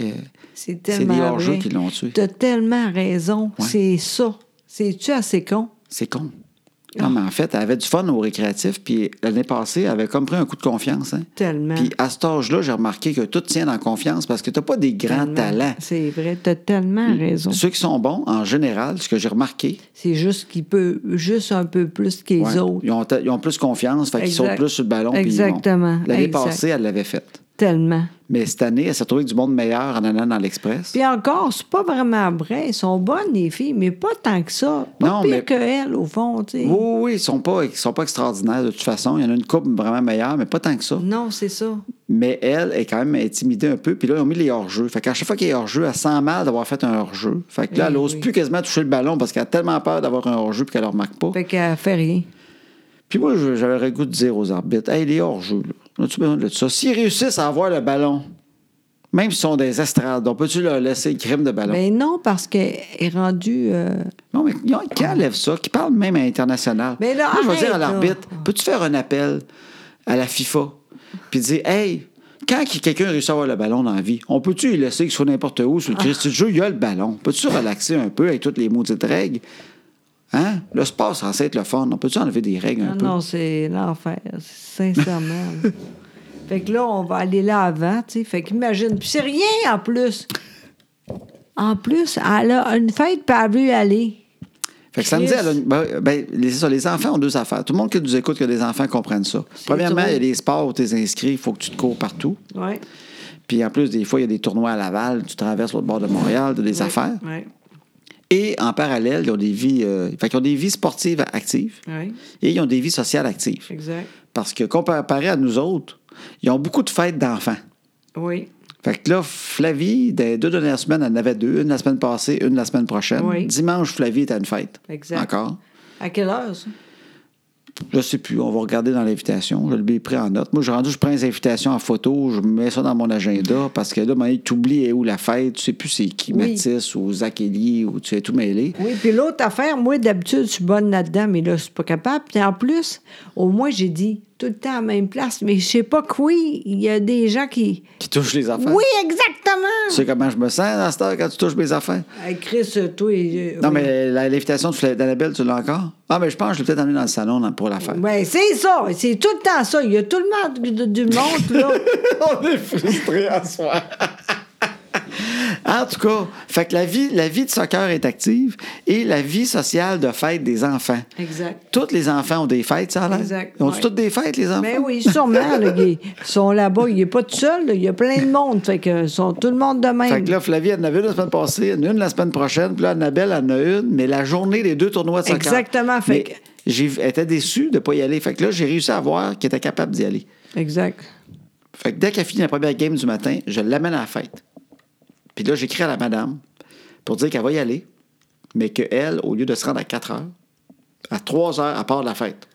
[SPEAKER 2] euh,
[SPEAKER 1] C'est
[SPEAKER 2] C'est des
[SPEAKER 1] tellement
[SPEAKER 2] hors-jeux
[SPEAKER 1] vrai.
[SPEAKER 2] qui l'ont tué.
[SPEAKER 1] T'as tellement raison.
[SPEAKER 2] Ouais.
[SPEAKER 1] C'est ça. C'est-tu assez con?
[SPEAKER 2] C'est con. Non, mais en fait, elle avait du fun au récréatif, puis l'année passée, elle avait comme pris un coup de confiance. Hein?
[SPEAKER 1] Tellement.
[SPEAKER 2] Puis à cet âge-là, j'ai remarqué que tout tient en confiance parce que tu pas des grands
[SPEAKER 1] Tellement.
[SPEAKER 2] talents.
[SPEAKER 1] C'est vrai, t'as tellement
[SPEAKER 2] Mm.
[SPEAKER 1] raison.
[SPEAKER 2] Ceux qui sont bons, en général, ce que j'ai remarqué,
[SPEAKER 1] C'est juste qu'il peut juste un peu plus que les
[SPEAKER 2] ouais,
[SPEAKER 1] autres.
[SPEAKER 2] ils, ont, ils ont plus confiance, fait qu'ils
[SPEAKER 1] Exact.
[SPEAKER 2] sautent plus sur le ballon. puis ils vont.
[SPEAKER 1] Exactement,
[SPEAKER 2] L'année
[SPEAKER 1] exact.
[SPEAKER 2] passée, elle l'avait faite.
[SPEAKER 1] Tellement.
[SPEAKER 2] Mais cette année, elle s'est trouvée avec du monde meilleur en allant dans l'Express.
[SPEAKER 1] Puis encore, c'est pas vraiment vrai. Elles sont bonnes, les filles, mais pas tant que ça. Pas
[SPEAKER 2] Non,
[SPEAKER 1] pire
[SPEAKER 2] mais- Oh.
[SPEAKER 1] qu'elles, au fond, tu sais.
[SPEAKER 2] Oui, oui, oui, ils sont pas, ils sont pas extraordinaires de toute façon. Il y en a une coupe vraiment meilleure, mais pas tant que ça.
[SPEAKER 1] Non, c'est ça.
[SPEAKER 2] Mais elle est quand même intimidée un peu. Puis là, ils ont mis les hors-jeux. Fait qu'à chaque fois qu'il y a hors-jeu, elle sent mal d'avoir fait un hors-jeu. Fait que là,
[SPEAKER 1] Eh
[SPEAKER 2] elle n'ose
[SPEAKER 1] oui.
[SPEAKER 2] plus quasiment toucher le ballon parce qu'elle a tellement peur d'avoir un hors-jeu puis qu'elle ne remarque pas.
[SPEAKER 1] Fait qu'elle fait rien.
[SPEAKER 2] Puis moi, je- j'avais le goût de dire aux arbitres Hey, les hors-jeu, là, on a-tu besoin de ça S'ils réussissent à avoir le ballon, même s'ils sont des estrades, on peut-tu leur laisser le crime de ballon
[SPEAKER 1] Mais Ben non, parce qu'elle est rendue. euh,
[SPEAKER 2] Non, mais ils ont- qui enlève ça, qui parle même à l'international.
[SPEAKER 1] Mais là,
[SPEAKER 2] Moi, je vais dire à
[SPEAKER 1] arrête, là.
[SPEAKER 2] l'arbitre Peux-tu faire un appel à la FIFA puis dit Hey, quand que quelqu'un réussit à avoir le ballon dans la vie, on peut-tu lui laisser qu'il soit n'importe où
[SPEAKER 1] Ah.
[SPEAKER 2] sur le Christ du jeu, il y a le ballon. Peux-tu relaxer un peu avec toutes les maudites règles? Hein? Le sport, c'est censé être le fun. On peut-tu enlever des règles un
[SPEAKER 1] Non,
[SPEAKER 2] peu?
[SPEAKER 1] non, c'est l'enfer, sincèrement. là. fait que là, on va aller là avant, tu sais. Fait qu'imagine, puis c'est rien en plus. En plus, elle a une fête, puis elle veut y aller.
[SPEAKER 2] Fait que samedi,
[SPEAKER 1] Chris.
[SPEAKER 2] elle a une- ben, ben, les, c'est ça, les enfants ont deux affaires. Tout le monde qui nous écoute, que les enfants comprennent ça. Premièrement,
[SPEAKER 1] drôle.
[SPEAKER 2] il y a les sports où tu es inscrit, il faut que tu te cours partout.
[SPEAKER 1] Ouais.
[SPEAKER 2] Puis en plus, des fois, il y a des tournois à Laval, tu traverses l'autre bord de Montréal, tu des
[SPEAKER 1] Ouais,
[SPEAKER 2] affaires.
[SPEAKER 1] Ouais.
[SPEAKER 2] Et en parallèle, ils ont des vies, euh, fait qu'ils ont des vies sportives actives
[SPEAKER 1] Ouais.
[SPEAKER 2] et ils ont des vies sociales actives.
[SPEAKER 1] Exact.
[SPEAKER 2] Parce que comparé à nous autres, ils ont beaucoup de fêtes d'enfants.
[SPEAKER 1] Oui.
[SPEAKER 2] Fait que là, Flavie, des deux dernières semaines, elle en avait deux. Une la semaine passée, une la semaine prochaine.
[SPEAKER 1] Oui.
[SPEAKER 2] Dimanche, Flavie est à une fête.
[SPEAKER 1] Exact.
[SPEAKER 2] Encore.
[SPEAKER 1] À quelle heure, ça?
[SPEAKER 2] Je sais plus, on va regarder dans l'invitation. Je l'ai pris en note. Moi, j'ai rendu, je prends les invitations en photo, je mets ça dans mon agenda parce que là, tu oublies où la fête, tu sais plus c'est qui,
[SPEAKER 1] Oui.
[SPEAKER 2] Mathis ou Zach Elie, ou tu es tout mêlé.
[SPEAKER 1] Oui, puis l'autre affaire, moi, d'habitude, je suis bonne là-dedans, mais là, je suis pas capable. Puis en plus, au moins, j'ai dit tout le temps à la même place, mais je sais pas que oui, il y a des gens qui.
[SPEAKER 2] Qui touche les affaires.
[SPEAKER 1] Oui, exactement!
[SPEAKER 2] Tu sais comment je me sens dans cette heure quand tu touches mes affaires?
[SPEAKER 1] Hey, Chris, euh, toi. euh,
[SPEAKER 2] Non,
[SPEAKER 1] oui.
[SPEAKER 2] mais la- l'invitation de Fla- d'Annabelle, tu l'as encore? Ah, mais je pense que je l'ai peut-être emmenée dans le salon là, pour la faire.
[SPEAKER 1] Ben, c'est ça, c'est tout le temps ça. Il y a tout le monde du- du monde, là.
[SPEAKER 2] On est frustrés à soi. En tout cas, fait que la vie, la vie de soccer est active et la vie sociale de fête des enfants.
[SPEAKER 1] Exact.
[SPEAKER 2] Tous les enfants ont des fêtes, ça a l'air.
[SPEAKER 1] Exact,
[SPEAKER 2] Ils ont
[SPEAKER 1] ouais.
[SPEAKER 2] tous des fêtes, les enfants?
[SPEAKER 1] Mais Ben oui, sûrement, là, ils sont là-bas. Il n'est pas tout seul, là. il y a plein de monde. Fait que euh, sont tout le monde de même.
[SPEAKER 2] Fait que là, Flavie, elle en avait une la semaine passée, une, une la semaine prochaine, puis là, Annabelle en a une, mais la journée des deux tournois de soccer.
[SPEAKER 1] Exactement, fait
[SPEAKER 2] Mais
[SPEAKER 1] que-
[SPEAKER 2] j'ai- Elle était déçue de ne pas y aller. Fait que là, j'ai réussi à voir qu'elle était capable d'y aller.
[SPEAKER 1] Exact.
[SPEAKER 2] Fait que dès qu'elle finit la première game du matin, je l'amène à la fête. Puis là, j'écris à la madame pour dire qu'elle va y aller, mais qu'elle, au lieu de se rendre à 4 heures, à 3 heures, elle part de la fête.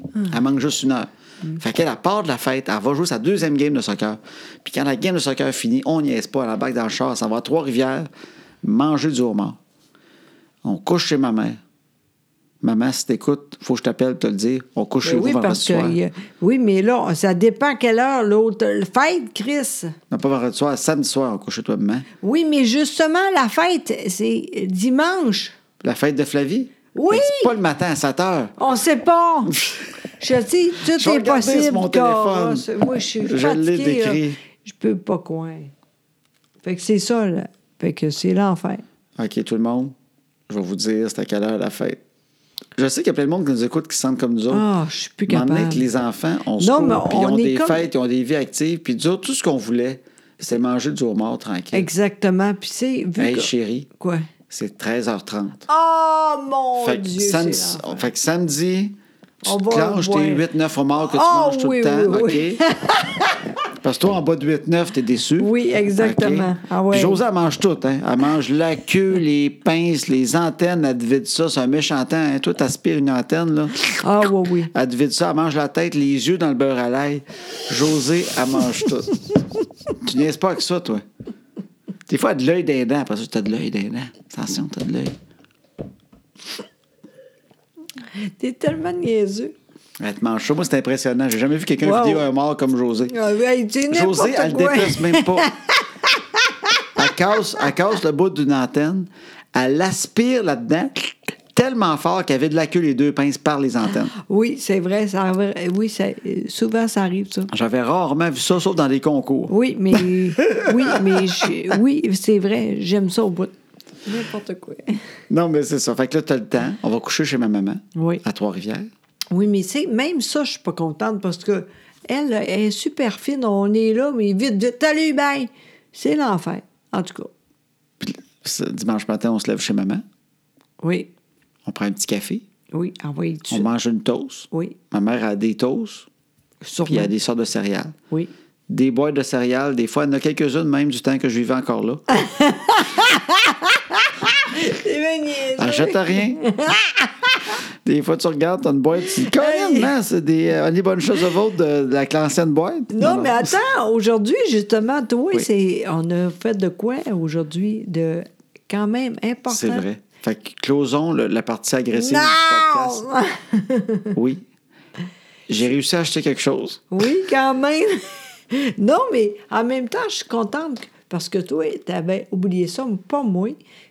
[SPEAKER 1] Ah.
[SPEAKER 2] Elle manque juste une heure.
[SPEAKER 1] Mm.
[SPEAKER 2] Fait qu'elle, elle part de la fête, elle va jouer sa deuxième game de soccer. Puis quand la game de soccer finit, on n'y est pas, elle embarque dans le char, elle s'en va à Trois-Rivières, manger du homard. On couche chez ma mère. Maman, si t'écoutes, faut que je t'appelle te le dire. On couche chez
[SPEAKER 1] Ben
[SPEAKER 2] vous
[SPEAKER 1] oui,
[SPEAKER 2] vendredi
[SPEAKER 1] parce que.
[SPEAKER 2] soir.
[SPEAKER 1] il y a- Oui, mais là, ça dépend à quelle heure l'autre. le Fête, Chris.
[SPEAKER 2] Non, pas vendredi soir, samedi soir, on couche chez toi, maman.
[SPEAKER 1] Oui, mais justement, la fête, c'est dimanche.
[SPEAKER 2] La fête de Flavie?
[SPEAKER 1] Oui!
[SPEAKER 2] Mais C'est pas le matin à 7 heures.
[SPEAKER 1] On sait pas. Je dis,
[SPEAKER 2] Je
[SPEAKER 1] tout
[SPEAKER 2] vais
[SPEAKER 1] est
[SPEAKER 2] regarder sur
[SPEAKER 1] possible.
[SPEAKER 2] mon
[SPEAKER 1] Cora.
[SPEAKER 2] téléphone.
[SPEAKER 1] Moi, je suis
[SPEAKER 2] Je l'ai
[SPEAKER 1] fatiguée,
[SPEAKER 2] décrit.
[SPEAKER 1] là. Je peux pas coin. Fait que c'est ça, là. Fait que c'est l'enfer.
[SPEAKER 2] OK, tout le monde, je vais vous dire c'est à quelle heure la fête. Je sais qu'il y a plein de monde qui nous écoute qui se sentent comme nous autres.
[SPEAKER 1] Ah, je suis plus
[SPEAKER 2] Mais en même temps
[SPEAKER 1] capable.
[SPEAKER 2] que Oh, les enfants, on se
[SPEAKER 1] Non,
[SPEAKER 2] court,
[SPEAKER 1] mais
[SPEAKER 2] puis ils
[SPEAKER 1] on
[SPEAKER 2] ont
[SPEAKER 1] est
[SPEAKER 2] des
[SPEAKER 1] comme-
[SPEAKER 2] fêtes, ils ont des vies actives, puis nous autres, tout ce qu'on voulait, c'est manger du homard tranquille.
[SPEAKER 1] Exactement. Puis c'est... Vu
[SPEAKER 2] Hey,
[SPEAKER 1] que-
[SPEAKER 2] chérie,
[SPEAKER 1] Quoi?
[SPEAKER 2] c'est 13h30.
[SPEAKER 1] Oh, mon
[SPEAKER 2] fait, que
[SPEAKER 1] Dieu,
[SPEAKER 2] samedi,
[SPEAKER 1] c'est l'enfer.
[SPEAKER 2] fait que samedi, tu
[SPEAKER 1] On
[SPEAKER 2] te
[SPEAKER 1] va
[SPEAKER 2] clenches
[SPEAKER 1] voir.
[SPEAKER 2] tes 8-9 homards que tu
[SPEAKER 1] Ah,
[SPEAKER 2] manges tout
[SPEAKER 1] oui,
[SPEAKER 2] le temps,
[SPEAKER 1] oui, oui.
[SPEAKER 2] OK? Parce que toi, en bas de 8-9, t'es déçu.
[SPEAKER 1] Oui, exactement.
[SPEAKER 2] OK?
[SPEAKER 1] Ah ouais.
[SPEAKER 2] Puis Josée, elle mange tout. Hein? Elle mange la queue, les pinces, les antennes. Elle te vide ça. C'est un méchant temps. Hein? Toi, t'aspires une antenne. Là.
[SPEAKER 1] Ah, oui, oui.
[SPEAKER 2] Elle te vide ça. Elle mange la tête, les yeux dans le beurre à l'ail. Josée, elle mange tout. tu niaises pas avec ça, toi. Des fois, elle a de l'œil des dents. Après ça, t'as de l'œil des dents. Attention, t'as de l'œil.
[SPEAKER 1] T'es tellement niaiseux.
[SPEAKER 2] Elle te mange ça. Moi, c'est impressionnant. J'ai jamais vu quelqu'un
[SPEAKER 1] Wow.
[SPEAKER 2] vider un mort comme José.
[SPEAKER 1] Ah, hey, tu sais
[SPEAKER 2] José, elle
[SPEAKER 1] n'importe
[SPEAKER 2] le
[SPEAKER 1] quoi.
[SPEAKER 2] déplace même pas. elle, casse, elle casse le bout d'une antenne. Elle aspire là-dedans tellement fort qu'elle avait de la queue les deux pinces par les antennes.
[SPEAKER 1] Oui, c'est vrai. Ça... Oui, ça... souvent, ça arrive, ça.
[SPEAKER 2] J'avais rarement vu ça, sauf dans des concours.
[SPEAKER 1] Oui, mais oui, mais je- oui, c'est vrai, j'aime ça au bout. N'importe quoi.
[SPEAKER 2] Non, mais c'est ça. Fait que là, t'as le temps. On va coucher chez ma maman
[SPEAKER 1] Oui.
[SPEAKER 2] à Trois-Rivières.
[SPEAKER 1] Oui, mais c'est même ça, je suis pas contente parce que elle, elle est super fine, on est là, mais vite, vite, salut, bye. C'est l'enfer, en tout cas.
[SPEAKER 2] Puis ce dimanche matin, on se lève chez maman.
[SPEAKER 1] Oui,
[SPEAKER 2] On prend un petit café.
[SPEAKER 1] oui, envoyez
[SPEAKER 2] On
[SPEAKER 1] tu.
[SPEAKER 2] mange une toast.
[SPEAKER 1] Oui,
[SPEAKER 2] Ma mère a des toasts. Puis il y
[SPEAKER 1] sûrement.
[SPEAKER 2] a des sortes de céréales.
[SPEAKER 1] Oui.
[SPEAKER 2] des boîtes de céréales. Des fois, il y en a quelques-unes même du temps que je vivais encore là.
[SPEAKER 1] C'est bien niaiseux.
[SPEAKER 2] Achète rien. des fois, tu regardes, t'as une boîte. Tu
[SPEAKER 1] Ben
[SPEAKER 2] dis, Colin, non, c'est des euh, les bonnes choses de vôtre de, de la l'ancienne boîte.
[SPEAKER 1] Non, mais attends, aujourd'hui, justement, toi,
[SPEAKER 2] Oui.
[SPEAKER 1] c'est on a fait de quoi aujourd'hui de quand même important.
[SPEAKER 2] C'est vrai. Fait que closons le- la partie agressive du
[SPEAKER 1] Non!
[SPEAKER 2] podcast. Oui. J'ai réussi à acheter quelque chose.
[SPEAKER 1] Oui, quand même. non, mais en même temps, je suis contente que- parce que toi, tu avais oublié ça, mais pas moi.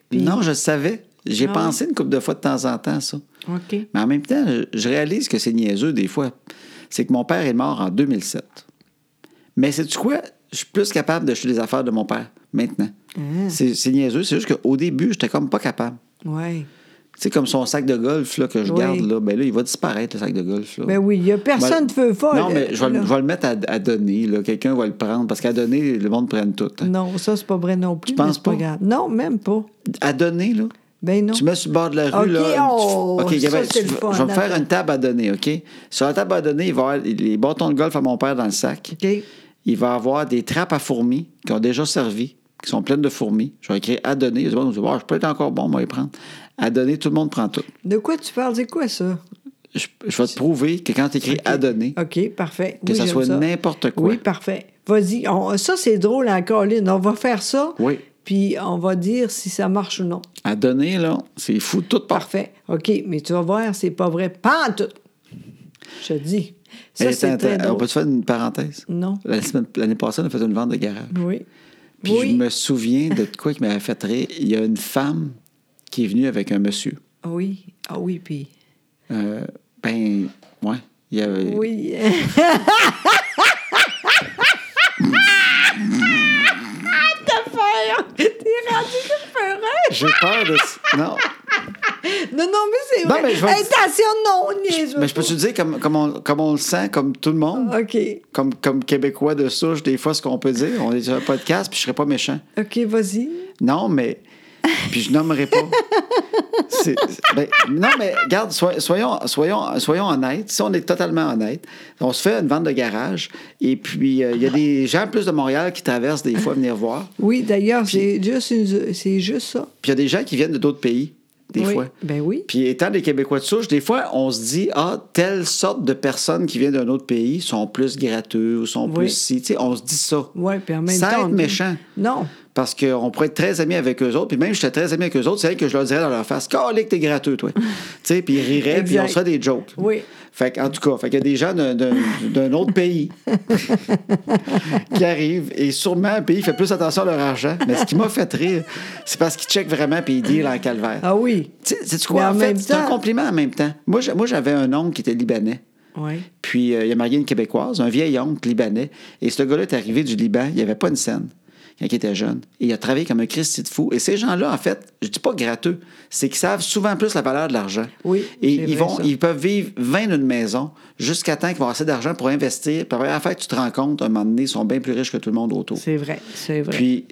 [SPEAKER 1] Puis-
[SPEAKER 2] Non, je savais. J'ai
[SPEAKER 1] Ah
[SPEAKER 2] pensé une couple de fois de temps en temps à ça.
[SPEAKER 1] OK.
[SPEAKER 2] Mais en même temps, je- je réalise que c'est niaiseux des fois. C'est que mon père est mort en 2007. Mais c'est tu quoi? Je suis plus capable de jeter les affaires de mon père maintenant.
[SPEAKER 1] Ah.
[SPEAKER 2] C'est c'est niaiseux. C'est juste qu'au début, j'étais comme pas capable.
[SPEAKER 1] Oui.
[SPEAKER 2] Tu sais, comme son sac de golf là, que je
[SPEAKER 1] Oui.
[SPEAKER 2] garde, là, ben là, il va disparaître, le sac de golf. Là.
[SPEAKER 1] Ben oui, il y a personne de feu folle,
[SPEAKER 2] Non, mais je vais, le-
[SPEAKER 1] là.
[SPEAKER 2] je vais le mettre à, à donner. là. Quelqu'un va le prendre. Parce qu'à donner, le monde prenne tout. hein.
[SPEAKER 1] Non, ça, c'est pas vrai non plus. mais
[SPEAKER 2] penses
[SPEAKER 1] c'est pas?
[SPEAKER 2] pas?
[SPEAKER 1] grave. Non, même pas.
[SPEAKER 2] À donner, là.
[SPEAKER 1] Ben non.
[SPEAKER 2] Tu mets sur le bord de la rue,
[SPEAKER 1] Ok,
[SPEAKER 2] là. une-
[SPEAKER 1] oh,
[SPEAKER 2] OK,
[SPEAKER 1] ça,
[SPEAKER 2] Gabriel,
[SPEAKER 1] c'est
[SPEAKER 2] tu-
[SPEAKER 1] le fun,
[SPEAKER 2] je vais me faire
[SPEAKER 1] attends.
[SPEAKER 2] une table à donner, OK? Sur la table à donner, il va y avoir les bâtons de golf à mon père dans le sac.
[SPEAKER 1] OK.
[SPEAKER 2] Il va avoir des trappes à fourmis qui ont déjà servi, qui sont pleines de fourmis. Je vais écrire à donner. Les gens vont dire, Wow, je peux être encore bon, on va les prendre. À donner, tout le monde prend tout.
[SPEAKER 1] De quoi tu parles? C'est quoi ça?
[SPEAKER 2] Je, je vais te prouver que quand tu écris à donner,
[SPEAKER 1] OK, parfait.
[SPEAKER 2] que
[SPEAKER 1] Oui,
[SPEAKER 2] ça
[SPEAKER 1] j'aime
[SPEAKER 2] soit n'importe quoi.
[SPEAKER 1] Oui, parfait. Vas-y. On- Ça, c'est drôle encore, Lynn. On va faire ça.
[SPEAKER 2] Oui.
[SPEAKER 1] Puis on va dire si ça marche ou non.
[SPEAKER 2] À donner, là, c'est fou, tout part.
[SPEAKER 1] Parfait. OK, mais tu vas voir, c'est pas vrai. Pas en tout. Je te dis. Ça,
[SPEAKER 2] Eh,
[SPEAKER 1] c'est
[SPEAKER 2] attends,
[SPEAKER 1] très
[SPEAKER 2] on
[SPEAKER 1] drôle.
[SPEAKER 2] peut te faire une parenthèse?
[SPEAKER 1] Non.
[SPEAKER 2] La semaine- L'année passée, on a fait une vente de garage.
[SPEAKER 1] Oui.
[SPEAKER 2] Puis
[SPEAKER 1] oui.
[SPEAKER 2] je me souviens de quoi qui m'avait fait rire. Il y a une femme qui est venue avec un monsieur.
[SPEAKER 1] Ah Oui. Ah oui, puis...
[SPEAKER 2] Euh, ben, ouais. Il y avait...
[SPEAKER 1] Oui. T'as peur. T'es rendu que peur.
[SPEAKER 2] J'ai peur de... ça. Non.
[SPEAKER 1] Non, non, mais c'est
[SPEAKER 2] Non,
[SPEAKER 1] vrai.
[SPEAKER 2] mais je vais-
[SPEAKER 1] Intention, non, niaise.
[SPEAKER 2] Mais je peux te dire, comme, comme, on, comme on le sent, comme tout le monde,
[SPEAKER 1] OK.
[SPEAKER 2] comme, comme Québécois de souche, des fois, ce qu'on peut dire, on est sur un podcast, puis je serais pas méchant.
[SPEAKER 1] OK, vas-y.
[SPEAKER 2] Non, mais... Puis je nommerai pas. C'est- ben, non, mais regarde, soy- soyons, soyons, soyons honnêtes. Si on est totalement honnête, on se fait une vente de garage et puis euh, il y a des gens plus de Montréal qui traversent des fois venir voir.
[SPEAKER 1] Oui, d'ailleurs, c'est juste, une- c'est juste ça.
[SPEAKER 2] Puis il y a des gens qui viennent de d'autres pays, des
[SPEAKER 1] Oui.
[SPEAKER 2] fois.
[SPEAKER 1] Ben oui.
[SPEAKER 2] Puis étant des Québécois de souche, des fois, on se dit, ah, telle sorte de personnes qui viennent d'un autre pays sont plus gratteux ou sont
[SPEAKER 1] Oui.
[SPEAKER 2] plus si. Tu sais, on se dit ça.
[SPEAKER 1] Oui, puis en même
[SPEAKER 2] Sans
[SPEAKER 1] temps.
[SPEAKER 2] être
[SPEAKER 1] on-
[SPEAKER 2] méchant.
[SPEAKER 1] Non.
[SPEAKER 2] Parce qu'on pourrait être très amis avec eux autres. Puis même, si j'étais très ami avec eux autres, c'est vrai que je leur dirais dans leur face, Calique, t'es gratteux, toi. tu sais, puis ils riraient, puis
[SPEAKER 1] Exact.
[SPEAKER 2] on se ferait des jokes.
[SPEAKER 1] Oui.
[SPEAKER 2] Fait que, en tout cas, fait qu'il y a des gens d'un- d'un d'un autre pays qui arrivent et sûrement un pays fait plus attention à leur argent. Mais ce qui m'a fait rire, c'est parce qu'ils checkent vraiment puis ils disent en calvaire.
[SPEAKER 1] Ah oui.
[SPEAKER 2] Tu sais, sais-tu quoi?
[SPEAKER 1] Mais en
[SPEAKER 2] en fait,
[SPEAKER 1] même
[SPEAKER 2] c'est un
[SPEAKER 1] temps-
[SPEAKER 2] compliment en même temps. Moi, j'a- moi, j'avais un oncle qui était libanais.
[SPEAKER 1] Oui.
[SPEAKER 2] Puis, euh, il a marié une Québécoise, un vieil oncle libanais. Et ce gars-là est arrivé du Liban. Il n'y avait pas une scène quand il était jeune. Et il a travaillé comme un Christi de fou. Et ces gens-là, en fait, je dis pas gratteux, c'est qu'ils savent souvent plus la valeur de l'argent.
[SPEAKER 1] Oui,
[SPEAKER 2] Et
[SPEAKER 1] c'est vrai,
[SPEAKER 2] ils, vont,
[SPEAKER 1] ça.
[SPEAKER 2] ils peuvent vivre 20 d'une maison jusqu'à temps qu'ils vont avoir assez d'argent pour investir. Puis, la première affaire que tu te rends compte, un moment donné, ils sont bien plus riches que tout le monde autour.
[SPEAKER 1] C'est vrai. C'est vrai.
[SPEAKER 2] Puis,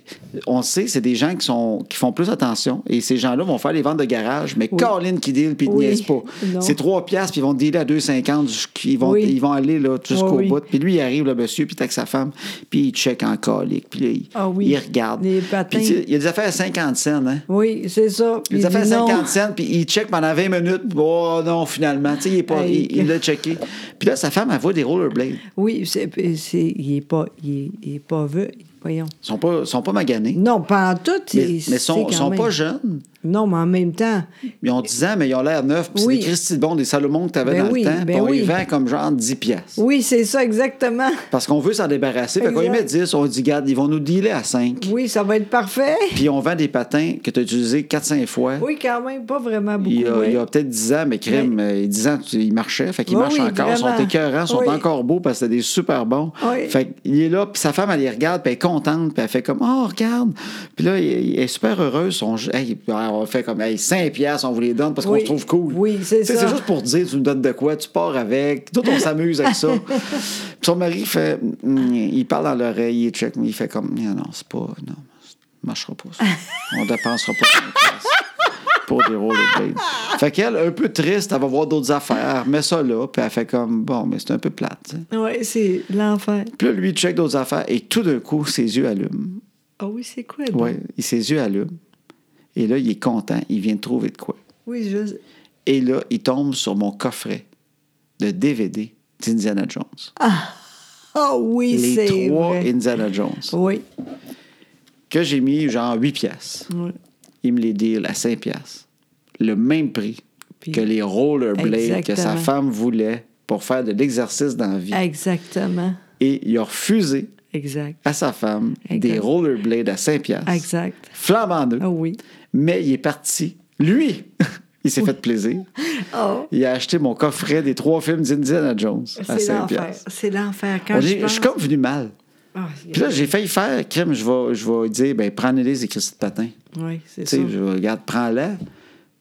[SPEAKER 2] on sait, c'est des gens qui, sont, qui font plus attention. Et ces gens-là vont faire les ventes de garage, mais
[SPEAKER 1] Oui.
[SPEAKER 2] Caroline qui deal, puis ils
[SPEAKER 1] Oui.
[SPEAKER 2] niaisent pas.
[SPEAKER 1] Non.
[SPEAKER 2] C'est 3 piastres, puis ils vont dealer à 2,50. jusqu'- Ils vont,
[SPEAKER 1] Oui. Ah
[SPEAKER 2] ils vont aller là, jusqu'au
[SPEAKER 1] Oui, oui.
[SPEAKER 2] bout. Puis lui, il arrive, le monsieur, puis il est avec sa femme, puis il check en colique, puis là, il,
[SPEAKER 1] Ah oui.
[SPEAKER 2] il regarde.
[SPEAKER 1] Les patins.
[SPEAKER 2] Puis tu sais, il y a des affaires à 50 cents, hein?
[SPEAKER 1] Oui, c'est ça.
[SPEAKER 2] Il
[SPEAKER 1] Puis
[SPEAKER 2] les affaires à
[SPEAKER 1] dit non.
[SPEAKER 2] 50 cents, puis il check pendant 20 minutes. Oh non, finalement, tu sais, il est pas-
[SPEAKER 1] Aïe.
[SPEAKER 2] il il l'a checké. Puis là, sa femme, elle voit des rollerblades.
[SPEAKER 1] Oui, c'est, c'est, il n'est pas, il est, il est pas veu. Voyons.
[SPEAKER 2] Ils sont pas, sont pas maganés.
[SPEAKER 1] Non, pas en tout.
[SPEAKER 2] Mais,
[SPEAKER 1] il-
[SPEAKER 2] mais
[SPEAKER 1] c'est
[SPEAKER 2] sont,
[SPEAKER 1] quand
[SPEAKER 2] sont
[SPEAKER 1] même-
[SPEAKER 2] pas jeunes.
[SPEAKER 1] Non, mais en même temps.
[SPEAKER 2] Ils ont 10 ans, mais ils ont l'air neufs. Puis
[SPEAKER 1] Oui.
[SPEAKER 2] c'est des Christy de bon, des Salomon que tu avais
[SPEAKER 1] Ben
[SPEAKER 2] dans
[SPEAKER 1] oui,
[SPEAKER 2] le temps. puis
[SPEAKER 1] ben
[SPEAKER 2] on les
[SPEAKER 1] oui.
[SPEAKER 2] vend comme genre 10 piastres.
[SPEAKER 1] Oui, c'est ça, exactement.
[SPEAKER 2] Parce qu'on veut s'en débarrasser. Fait qu'on y
[SPEAKER 1] Exact.
[SPEAKER 2] met 10, on dit, garde, ils vont nous dealer à 5.
[SPEAKER 1] Oui, ça va être parfait.
[SPEAKER 2] Puis on vend des patins que tu as utilisés 4-5 fois.
[SPEAKER 1] Oui, quand même, pas vraiment beaucoup.
[SPEAKER 2] Il y a,
[SPEAKER 1] ouais.
[SPEAKER 2] il y a peut-être 10 ans, mais crème, euh, 10 ans, tu- ils marchaient. Fait qu'ils
[SPEAKER 1] Oui,
[SPEAKER 2] marchent
[SPEAKER 1] oui,
[SPEAKER 2] encore. Ils
[SPEAKER 1] vraiment.
[SPEAKER 2] sont écœurants, ils sont
[SPEAKER 1] Oui.
[SPEAKER 2] encore beaux parce que c'est des super bons.
[SPEAKER 1] Oui.
[SPEAKER 2] Fait qu'il est là, puis sa femme, elle les regarde, puis elle est contente, puis elle fait comme, oh, regarde. Puis là, il- il est super heureuse. Son, hey, puis on fait comme, hey, 5 piastres, on vous les donne parce qu'on
[SPEAKER 1] Oui.
[SPEAKER 2] se trouve cool.
[SPEAKER 1] Oui, c'est
[SPEAKER 2] Tu sais,
[SPEAKER 1] ça.
[SPEAKER 2] C'est juste pour dire, tu me donnes de quoi, tu pars avec. Tout, on s'amuse avec ça. Puis son mari fait, mm, il parle dans l'oreille, il check, mais il fait comme, non, non, c'est pas, non, ça marchera pas. ça. On dépensera pas 5 piastres pour des rollerblades. Fait qu'elle, un peu triste, elle va voir d'autres affaires, elle met ça là, puis elle fait comme, bon, mais c'est un peu plate. tu sais.
[SPEAKER 1] Oui, c'est l'enfer.
[SPEAKER 2] Puis là, lui, il check d'autres affaires, et tout d'un coup, ses yeux allument.
[SPEAKER 1] Ah oui, c'est quoi? donc?
[SPEAKER 2] Ouais, il- ses yeux allument. Et là, il est content, il vient de trouver de quoi.
[SPEAKER 1] Oui, je...
[SPEAKER 2] Et là, il tombe sur mon coffret de DVD d'Indiana Jones.
[SPEAKER 1] Ah oui,
[SPEAKER 2] Les
[SPEAKER 1] c'est
[SPEAKER 2] trois
[SPEAKER 1] vrai.
[SPEAKER 2] Indiana Jones.
[SPEAKER 1] Oui.
[SPEAKER 2] Que j'ai mis genre 8 piastres.
[SPEAKER 1] oui.
[SPEAKER 2] Il me les deal à 5 piastres. Le même prix
[SPEAKER 1] Puis-
[SPEAKER 2] que les rollerblades que sa
[SPEAKER 1] Exactement.
[SPEAKER 2] femme voulait pour faire de l'exercice dans la vie.
[SPEAKER 1] Exactement.
[SPEAKER 2] Et il a refusé
[SPEAKER 1] Exact.
[SPEAKER 2] à sa femme des
[SPEAKER 1] Exact.
[SPEAKER 2] rollerblades à 5 piastres.
[SPEAKER 1] Exact.
[SPEAKER 2] Flambant en deux.
[SPEAKER 1] Ah oui.
[SPEAKER 2] Mais il est parti. Lui, il s'est fait plaisir.
[SPEAKER 1] Oh,
[SPEAKER 2] Il a acheté mon coffret des trois films d'Indiana Jones à
[SPEAKER 1] Ah, c'est
[SPEAKER 2] 5
[SPEAKER 1] l'enfer.
[SPEAKER 2] piastres.
[SPEAKER 1] C'est l'enfer.
[SPEAKER 2] On
[SPEAKER 1] Quand
[SPEAKER 2] est-
[SPEAKER 1] je
[SPEAKER 2] Je,
[SPEAKER 1] pense...
[SPEAKER 2] suis comme venu mal.
[SPEAKER 1] Ah,
[SPEAKER 2] Puis là, j'ai failli faire, crème, je vais, je vais dire, ben, prends-les et Christy de patin.
[SPEAKER 1] oui, c'est
[SPEAKER 2] Tu
[SPEAKER 1] ça.
[SPEAKER 2] sais, je regarde, prends-la.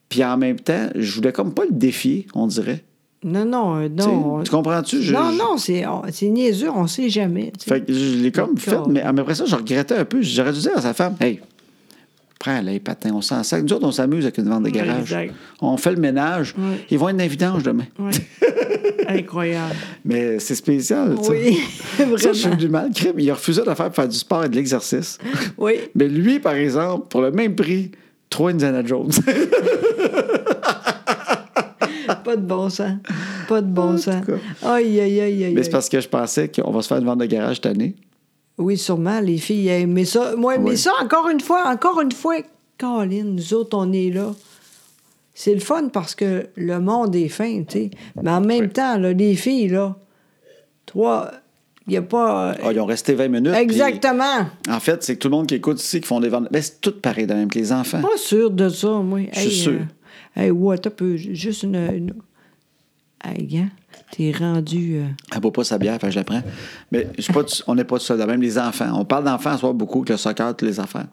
[SPEAKER 2] Puis en même temps, je voulais comme pas le défier, on dirait.
[SPEAKER 1] Non, non, euh,
[SPEAKER 2] Tu sais,
[SPEAKER 1] non.
[SPEAKER 2] Tu comprends-tu? Je-
[SPEAKER 1] non,
[SPEAKER 2] je-
[SPEAKER 1] non, c'est on- c'est niaiseux, on sait jamais. tu sais.
[SPEAKER 2] Fait que je l'ai comme fait,
[SPEAKER 1] D'accord.
[SPEAKER 2] mais après ça, je regrettais un peu. J'aurais dû dire à sa femme, hey, prends-la, les patins, on s'en sac. Nous autres, on s'amuse avec une vente de
[SPEAKER 1] Ouais,
[SPEAKER 2] garage.
[SPEAKER 1] exact.
[SPEAKER 2] On fait le ménage.
[SPEAKER 1] Ouais.
[SPEAKER 2] Ils vont être dans les vidanges demain.
[SPEAKER 1] Ouais. Incroyable.
[SPEAKER 2] Mais c'est spécial, tu sais.
[SPEAKER 1] Oui,
[SPEAKER 2] Ça, je suis
[SPEAKER 1] vraiment.
[SPEAKER 2] du mal. Crime, il a refusé de faire, faire du sport et de l'exercice.
[SPEAKER 1] Oui.
[SPEAKER 2] Mais lui, par exemple, pour le même prix, trois Indiana Jones.
[SPEAKER 1] Pas de bon sens. Pas de bon sens.
[SPEAKER 2] tout
[SPEAKER 1] Aïe, aïe, aïe, aïe.
[SPEAKER 2] Mais c'est
[SPEAKER 1] aïe.
[SPEAKER 2] parce que je pensais qu'on va se faire une vente de garage cette année.
[SPEAKER 1] Oui, sûrement, les filles aimaient ça. Moi, mais
[SPEAKER 2] Ouais.
[SPEAKER 1] ça, encore une fois, encore une fois, Caroline, nous autres, on est là. C'est le fun parce que le monde est fin, tu sais. Mais en même temps, là, les filles, là, toi, il n'y a pas.
[SPEAKER 2] Ah, ils ont resté 20 minutes. puis-
[SPEAKER 1] Exactement.
[SPEAKER 2] en fait, c'est que tout le monde qui écoute ici qui font des ventes. Ben, c'est tout pareil de même que les enfants.
[SPEAKER 1] Pas sûr de ça, moi.
[SPEAKER 2] Je suis sûr.
[SPEAKER 1] euh, hey, ouais, t'as peu. Juste une. une... Hey, gars, t'es rendu. euh,
[SPEAKER 2] Elle boit pas sa bière, fait que je la prends. Mais je suis pas tout- on n'est pas tout seul. de Même les enfants. On parle d'enfants, soit beaucoup, que le soccer, toutes les affaires.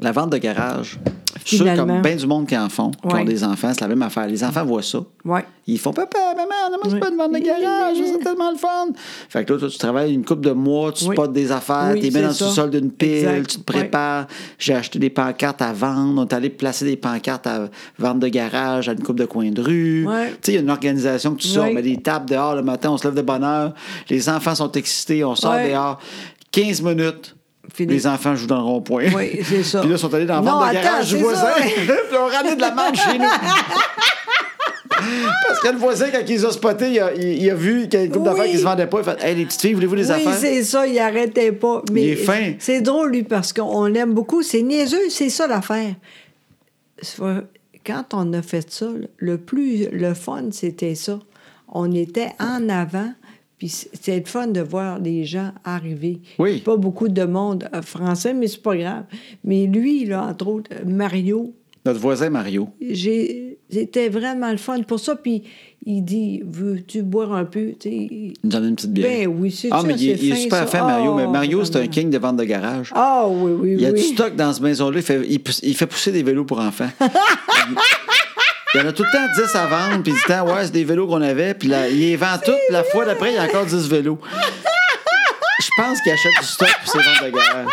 [SPEAKER 2] La vente de garage, je suis sûr
[SPEAKER 1] Finalement.
[SPEAKER 2] comme bien du monde qui en font, qui
[SPEAKER 1] Ouais.
[SPEAKER 2] ont des enfants, c'est la même affaire. Les enfants voient ça.
[SPEAKER 1] Ouais.
[SPEAKER 2] Ils font papa, maman, on c'est
[SPEAKER 1] Oui.
[SPEAKER 2] pas une vente de garage, c'est tellement le fun. Fait que là, toi, tu travailles une couple de mois, tu
[SPEAKER 1] Oui.
[SPEAKER 2] spots des affaires,
[SPEAKER 1] Oui,
[SPEAKER 2] tu les mets
[SPEAKER 1] c'est
[SPEAKER 2] dans le
[SPEAKER 1] ça.
[SPEAKER 2] sous-sol d'une pile,
[SPEAKER 1] Exact.
[SPEAKER 2] tu te prépares. J'ai acheté des pancartes à vendre, on est allé placer des pancartes à vente de garage à une coupe de coin de rue.
[SPEAKER 1] Ouais.
[SPEAKER 2] Tu sais, il y a une organisation que tu sors,
[SPEAKER 1] Oui.
[SPEAKER 2] mais des tables dehors le matin, on se lève de bonne heure, les enfants sont excités, on sort
[SPEAKER 1] Ouais.
[SPEAKER 2] dehors. 15 minutes.
[SPEAKER 1] Fini.
[SPEAKER 2] Les enfants jouent dans le rond-point.
[SPEAKER 1] Oui, c'est ça.
[SPEAKER 2] Puis là, ils sont allés dans la
[SPEAKER 1] Non,
[SPEAKER 2] vente de
[SPEAKER 1] attends,
[SPEAKER 2] garage du
[SPEAKER 1] c'est
[SPEAKER 2] voisin.
[SPEAKER 1] ça.
[SPEAKER 2] Puis on ramenait de la marde chez nous. Parce que le voisin, quand il les a spotés, il a, il- il a vu qu'il y a une couple
[SPEAKER 1] Oui.
[SPEAKER 2] d'affaires qui se vendaient pas. Il fait Hey, les petites filles, voulez-vous des
[SPEAKER 1] oui,
[SPEAKER 2] affaires?
[SPEAKER 1] c'est ça, il arrêtait pas. Mais
[SPEAKER 2] est fin.
[SPEAKER 1] C'est drôle, lui, parce qu'on l'aime beaucoup. C'est niaiseux, c'est ça l'affaire. C'est vrai, Quand on a fait ça, là, le plus le fun, c'était ça. On était en avant, puis c'était le fun de voir les gens arriver.
[SPEAKER 2] Oui.
[SPEAKER 1] Pas beaucoup de monde euh, français, mais c'est pas grave. Mais lui, là, entre autres, euh, Mario,
[SPEAKER 2] Notre voisin Mario.
[SPEAKER 1] j'ai- c'était vraiment le fun pour ça. Puis il dit Veux-tu boire un peu Tu sais, il-
[SPEAKER 2] Il nous en a une petite bière.
[SPEAKER 1] Ben oui, c'est
[SPEAKER 2] Ah,
[SPEAKER 1] ça,
[SPEAKER 2] mais il, est-
[SPEAKER 1] c'est
[SPEAKER 2] il est
[SPEAKER 1] fin,
[SPEAKER 2] super
[SPEAKER 1] ça.
[SPEAKER 2] fin, Mario.
[SPEAKER 1] Oh,
[SPEAKER 2] mais Mario, c'est un
[SPEAKER 1] vraiment.
[SPEAKER 2] king de vente de garage.
[SPEAKER 1] Ah oui, oui,
[SPEAKER 2] Il y a
[SPEAKER 1] oui.
[SPEAKER 2] du stock dans cette maison-là. Il fait, il pousse- il fait pousser des vélos pour enfants. il y en a tout le temps 10 à vendre, puis il dit Ah, Ouais, c'est des vélos qu'on avait. Puis là, il les vend toutes, puis la fois d'après, il y a encore 10 vélos. Je pense qu'il achète du stock pour ses ventes de garage.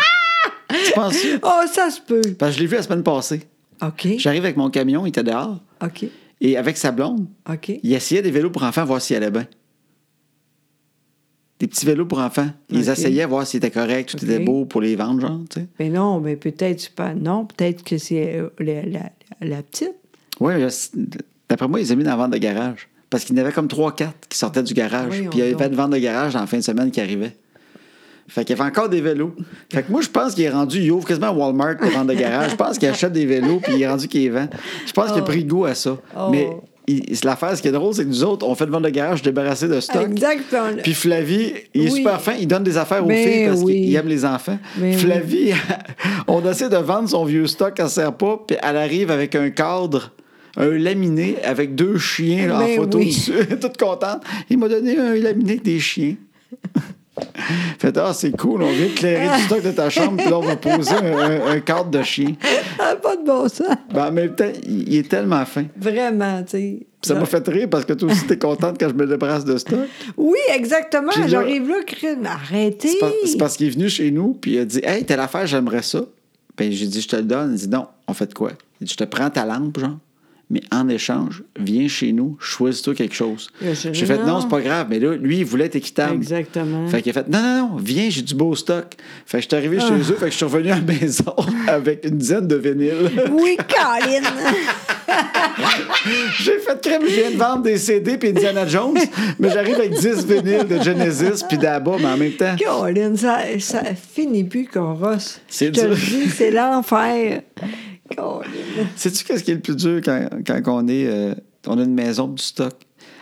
[SPEAKER 2] Tu penses -tu?
[SPEAKER 1] Oh, ça se peut.
[SPEAKER 2] Parce que je l'ai vu la semaine passée.
[SPEAKER 1] OK.
[SPEAKER 2] J'arrive avec mon camion, il était dehors,
[SPEAKER 1] OK.
[SPEAKER 2] et avec sa blonde,
[SPEAKER 1] OK.
[SPEAKER 2] il essayait des vélos pour enfants, voir s'il allait bien. Des petits vélos pour enfants. Ils
[SPEAKER 1] Ok.
[SPEAKER 2] essayaient, voir s'il était correct, tout était
[SPEAKER 1] Ok.
[SPEAKER 2] beau pour les vendre, genre, tu sais.
[SPEAKER 1] Mais non, mais peut-être c'est pas. Non, peut-être que c'est euh, la, la- la petite.
[SPEAKER 2] Oui, d'après moi, ils ont mis dans la vente de garage. Parce qu'il y en avait comme 3-4 qui sortaient du garage.
[SPEAKER 1] Voyons
[SPEAKER 2] puis il y avait
[SPEAKER 1] donc.
[SPEAKER 2] une vente de garage dans la fin de semaine qui arrivait. Fait qu'il y avait encore des vélos. Fait que moi, je pense qu'il est rendu, il ouvre quasiment Walmart de vente de garage. Je pense qu'il achète des vélos, puis il est rendu qu'il les vend. Je pense qu'il a pris goût à ça.
[SPEAKER 1] Oh.
[SPEAKER 2] Mais il- l'affaire, ce qui est drôle, c'est que nous autres, on fait de vente de garage débarrassé de stock.
[SPEAKER 1] Exact. puis on-
[SPEAKER 2] Puis Flavie, il est
[SPEAKER 1] Oui.
[SPEAKER 2] super fin, il donne des affaires aux
[SPEAKER 1] Ben
[SPEAKER 2] filles parce
[SPEAKER 1] oui.
[SPEAKER 2] qu'il aime les enfants.
[SPEAKER 1] Ben
[SPEAKER 2] Flavie, on essaie de vendre son vieux stock, elle ne sert pas, puis elle arrive avec un cadre, un laminé avec deux chiens là, en
[SPEAKER 1] Ben
[SPEAKER 2] photo
[SPEAKER 1] oui.
[SPEAKER 2] dessus, toute contente. Il m'a donné un laminé avec des chiens. Fait, ah, c'est cool, on vient éclairer du stock de ta chambre, puis là, on va poser un, un- un cadre de chien.
[SPEAKER 1] Ah, pas de bon sens.
[SPEAKER 2] Ben, en même temps, il il est tellement fin.
[SPEAKER 1] Vraiment, tu sais.
[SPEAKER 2] Puis Ça m'a fait rire parce que toi aussi, t'es contente quand je me débrasse de stock.
[SPEAKER 1] Ah, Oui, exactement.
[SPEAKER 2] Puis là-
[SPEAKER 1] J'arrive là, crime. Arrêtez.
[SPEAKER 2] C'est par- C'est parce qu'il est venu chez nous, puis il a dit Hey, telle affaire, j'aimerais ça. Ben, j'ai dit Je te le donne. Il dit Non, on fait de quoi Il dit Je te prends ta lampe, genre, mais en échange, viens chez nous, choisis-toi quelque chose.
[SPEAKER 1] Il a
[SPEAKER 2] J'ai
[SPEAKER 1] dit,
[SPEAKER 2] fait Non,
[SPEAKER 1] Non.
[SPEAKER 2] c'est pas grave, mais là, lui, il voulait être équitable.
[SPEAKER 1] Exactement.
[SPEAKER 2] Fait qu'il a fait Non, non, non, viens, j'ai du beau stock. Fait que je suis arrivé chez eux, fait que je suis revenu à la maison avec une dizaine de vinyles.
[SPEAKER 1] Oui, Caroline.
[SPEAKER 2] J'ai fait crème, je viens de vendre des CD puis Indiana Jones, mais j'arrive avec 10 vinyles de Genesis puis d'Abba, mais en même temps.
[SPEAKER 1] Caroline, ça, ça finit plus qu'on rosse.
[SPEAKER 2] C'est
[SPEAKER 1] Je te
[SPEAKER 2] dur.
[SPEAKER 1] le dis, c'est l'enfer. Caroline.
[SPEAKER 2] Sais-tu qu'est-ce qui est le plus dur quand, quand on est. euh, on a une maison pis du stock?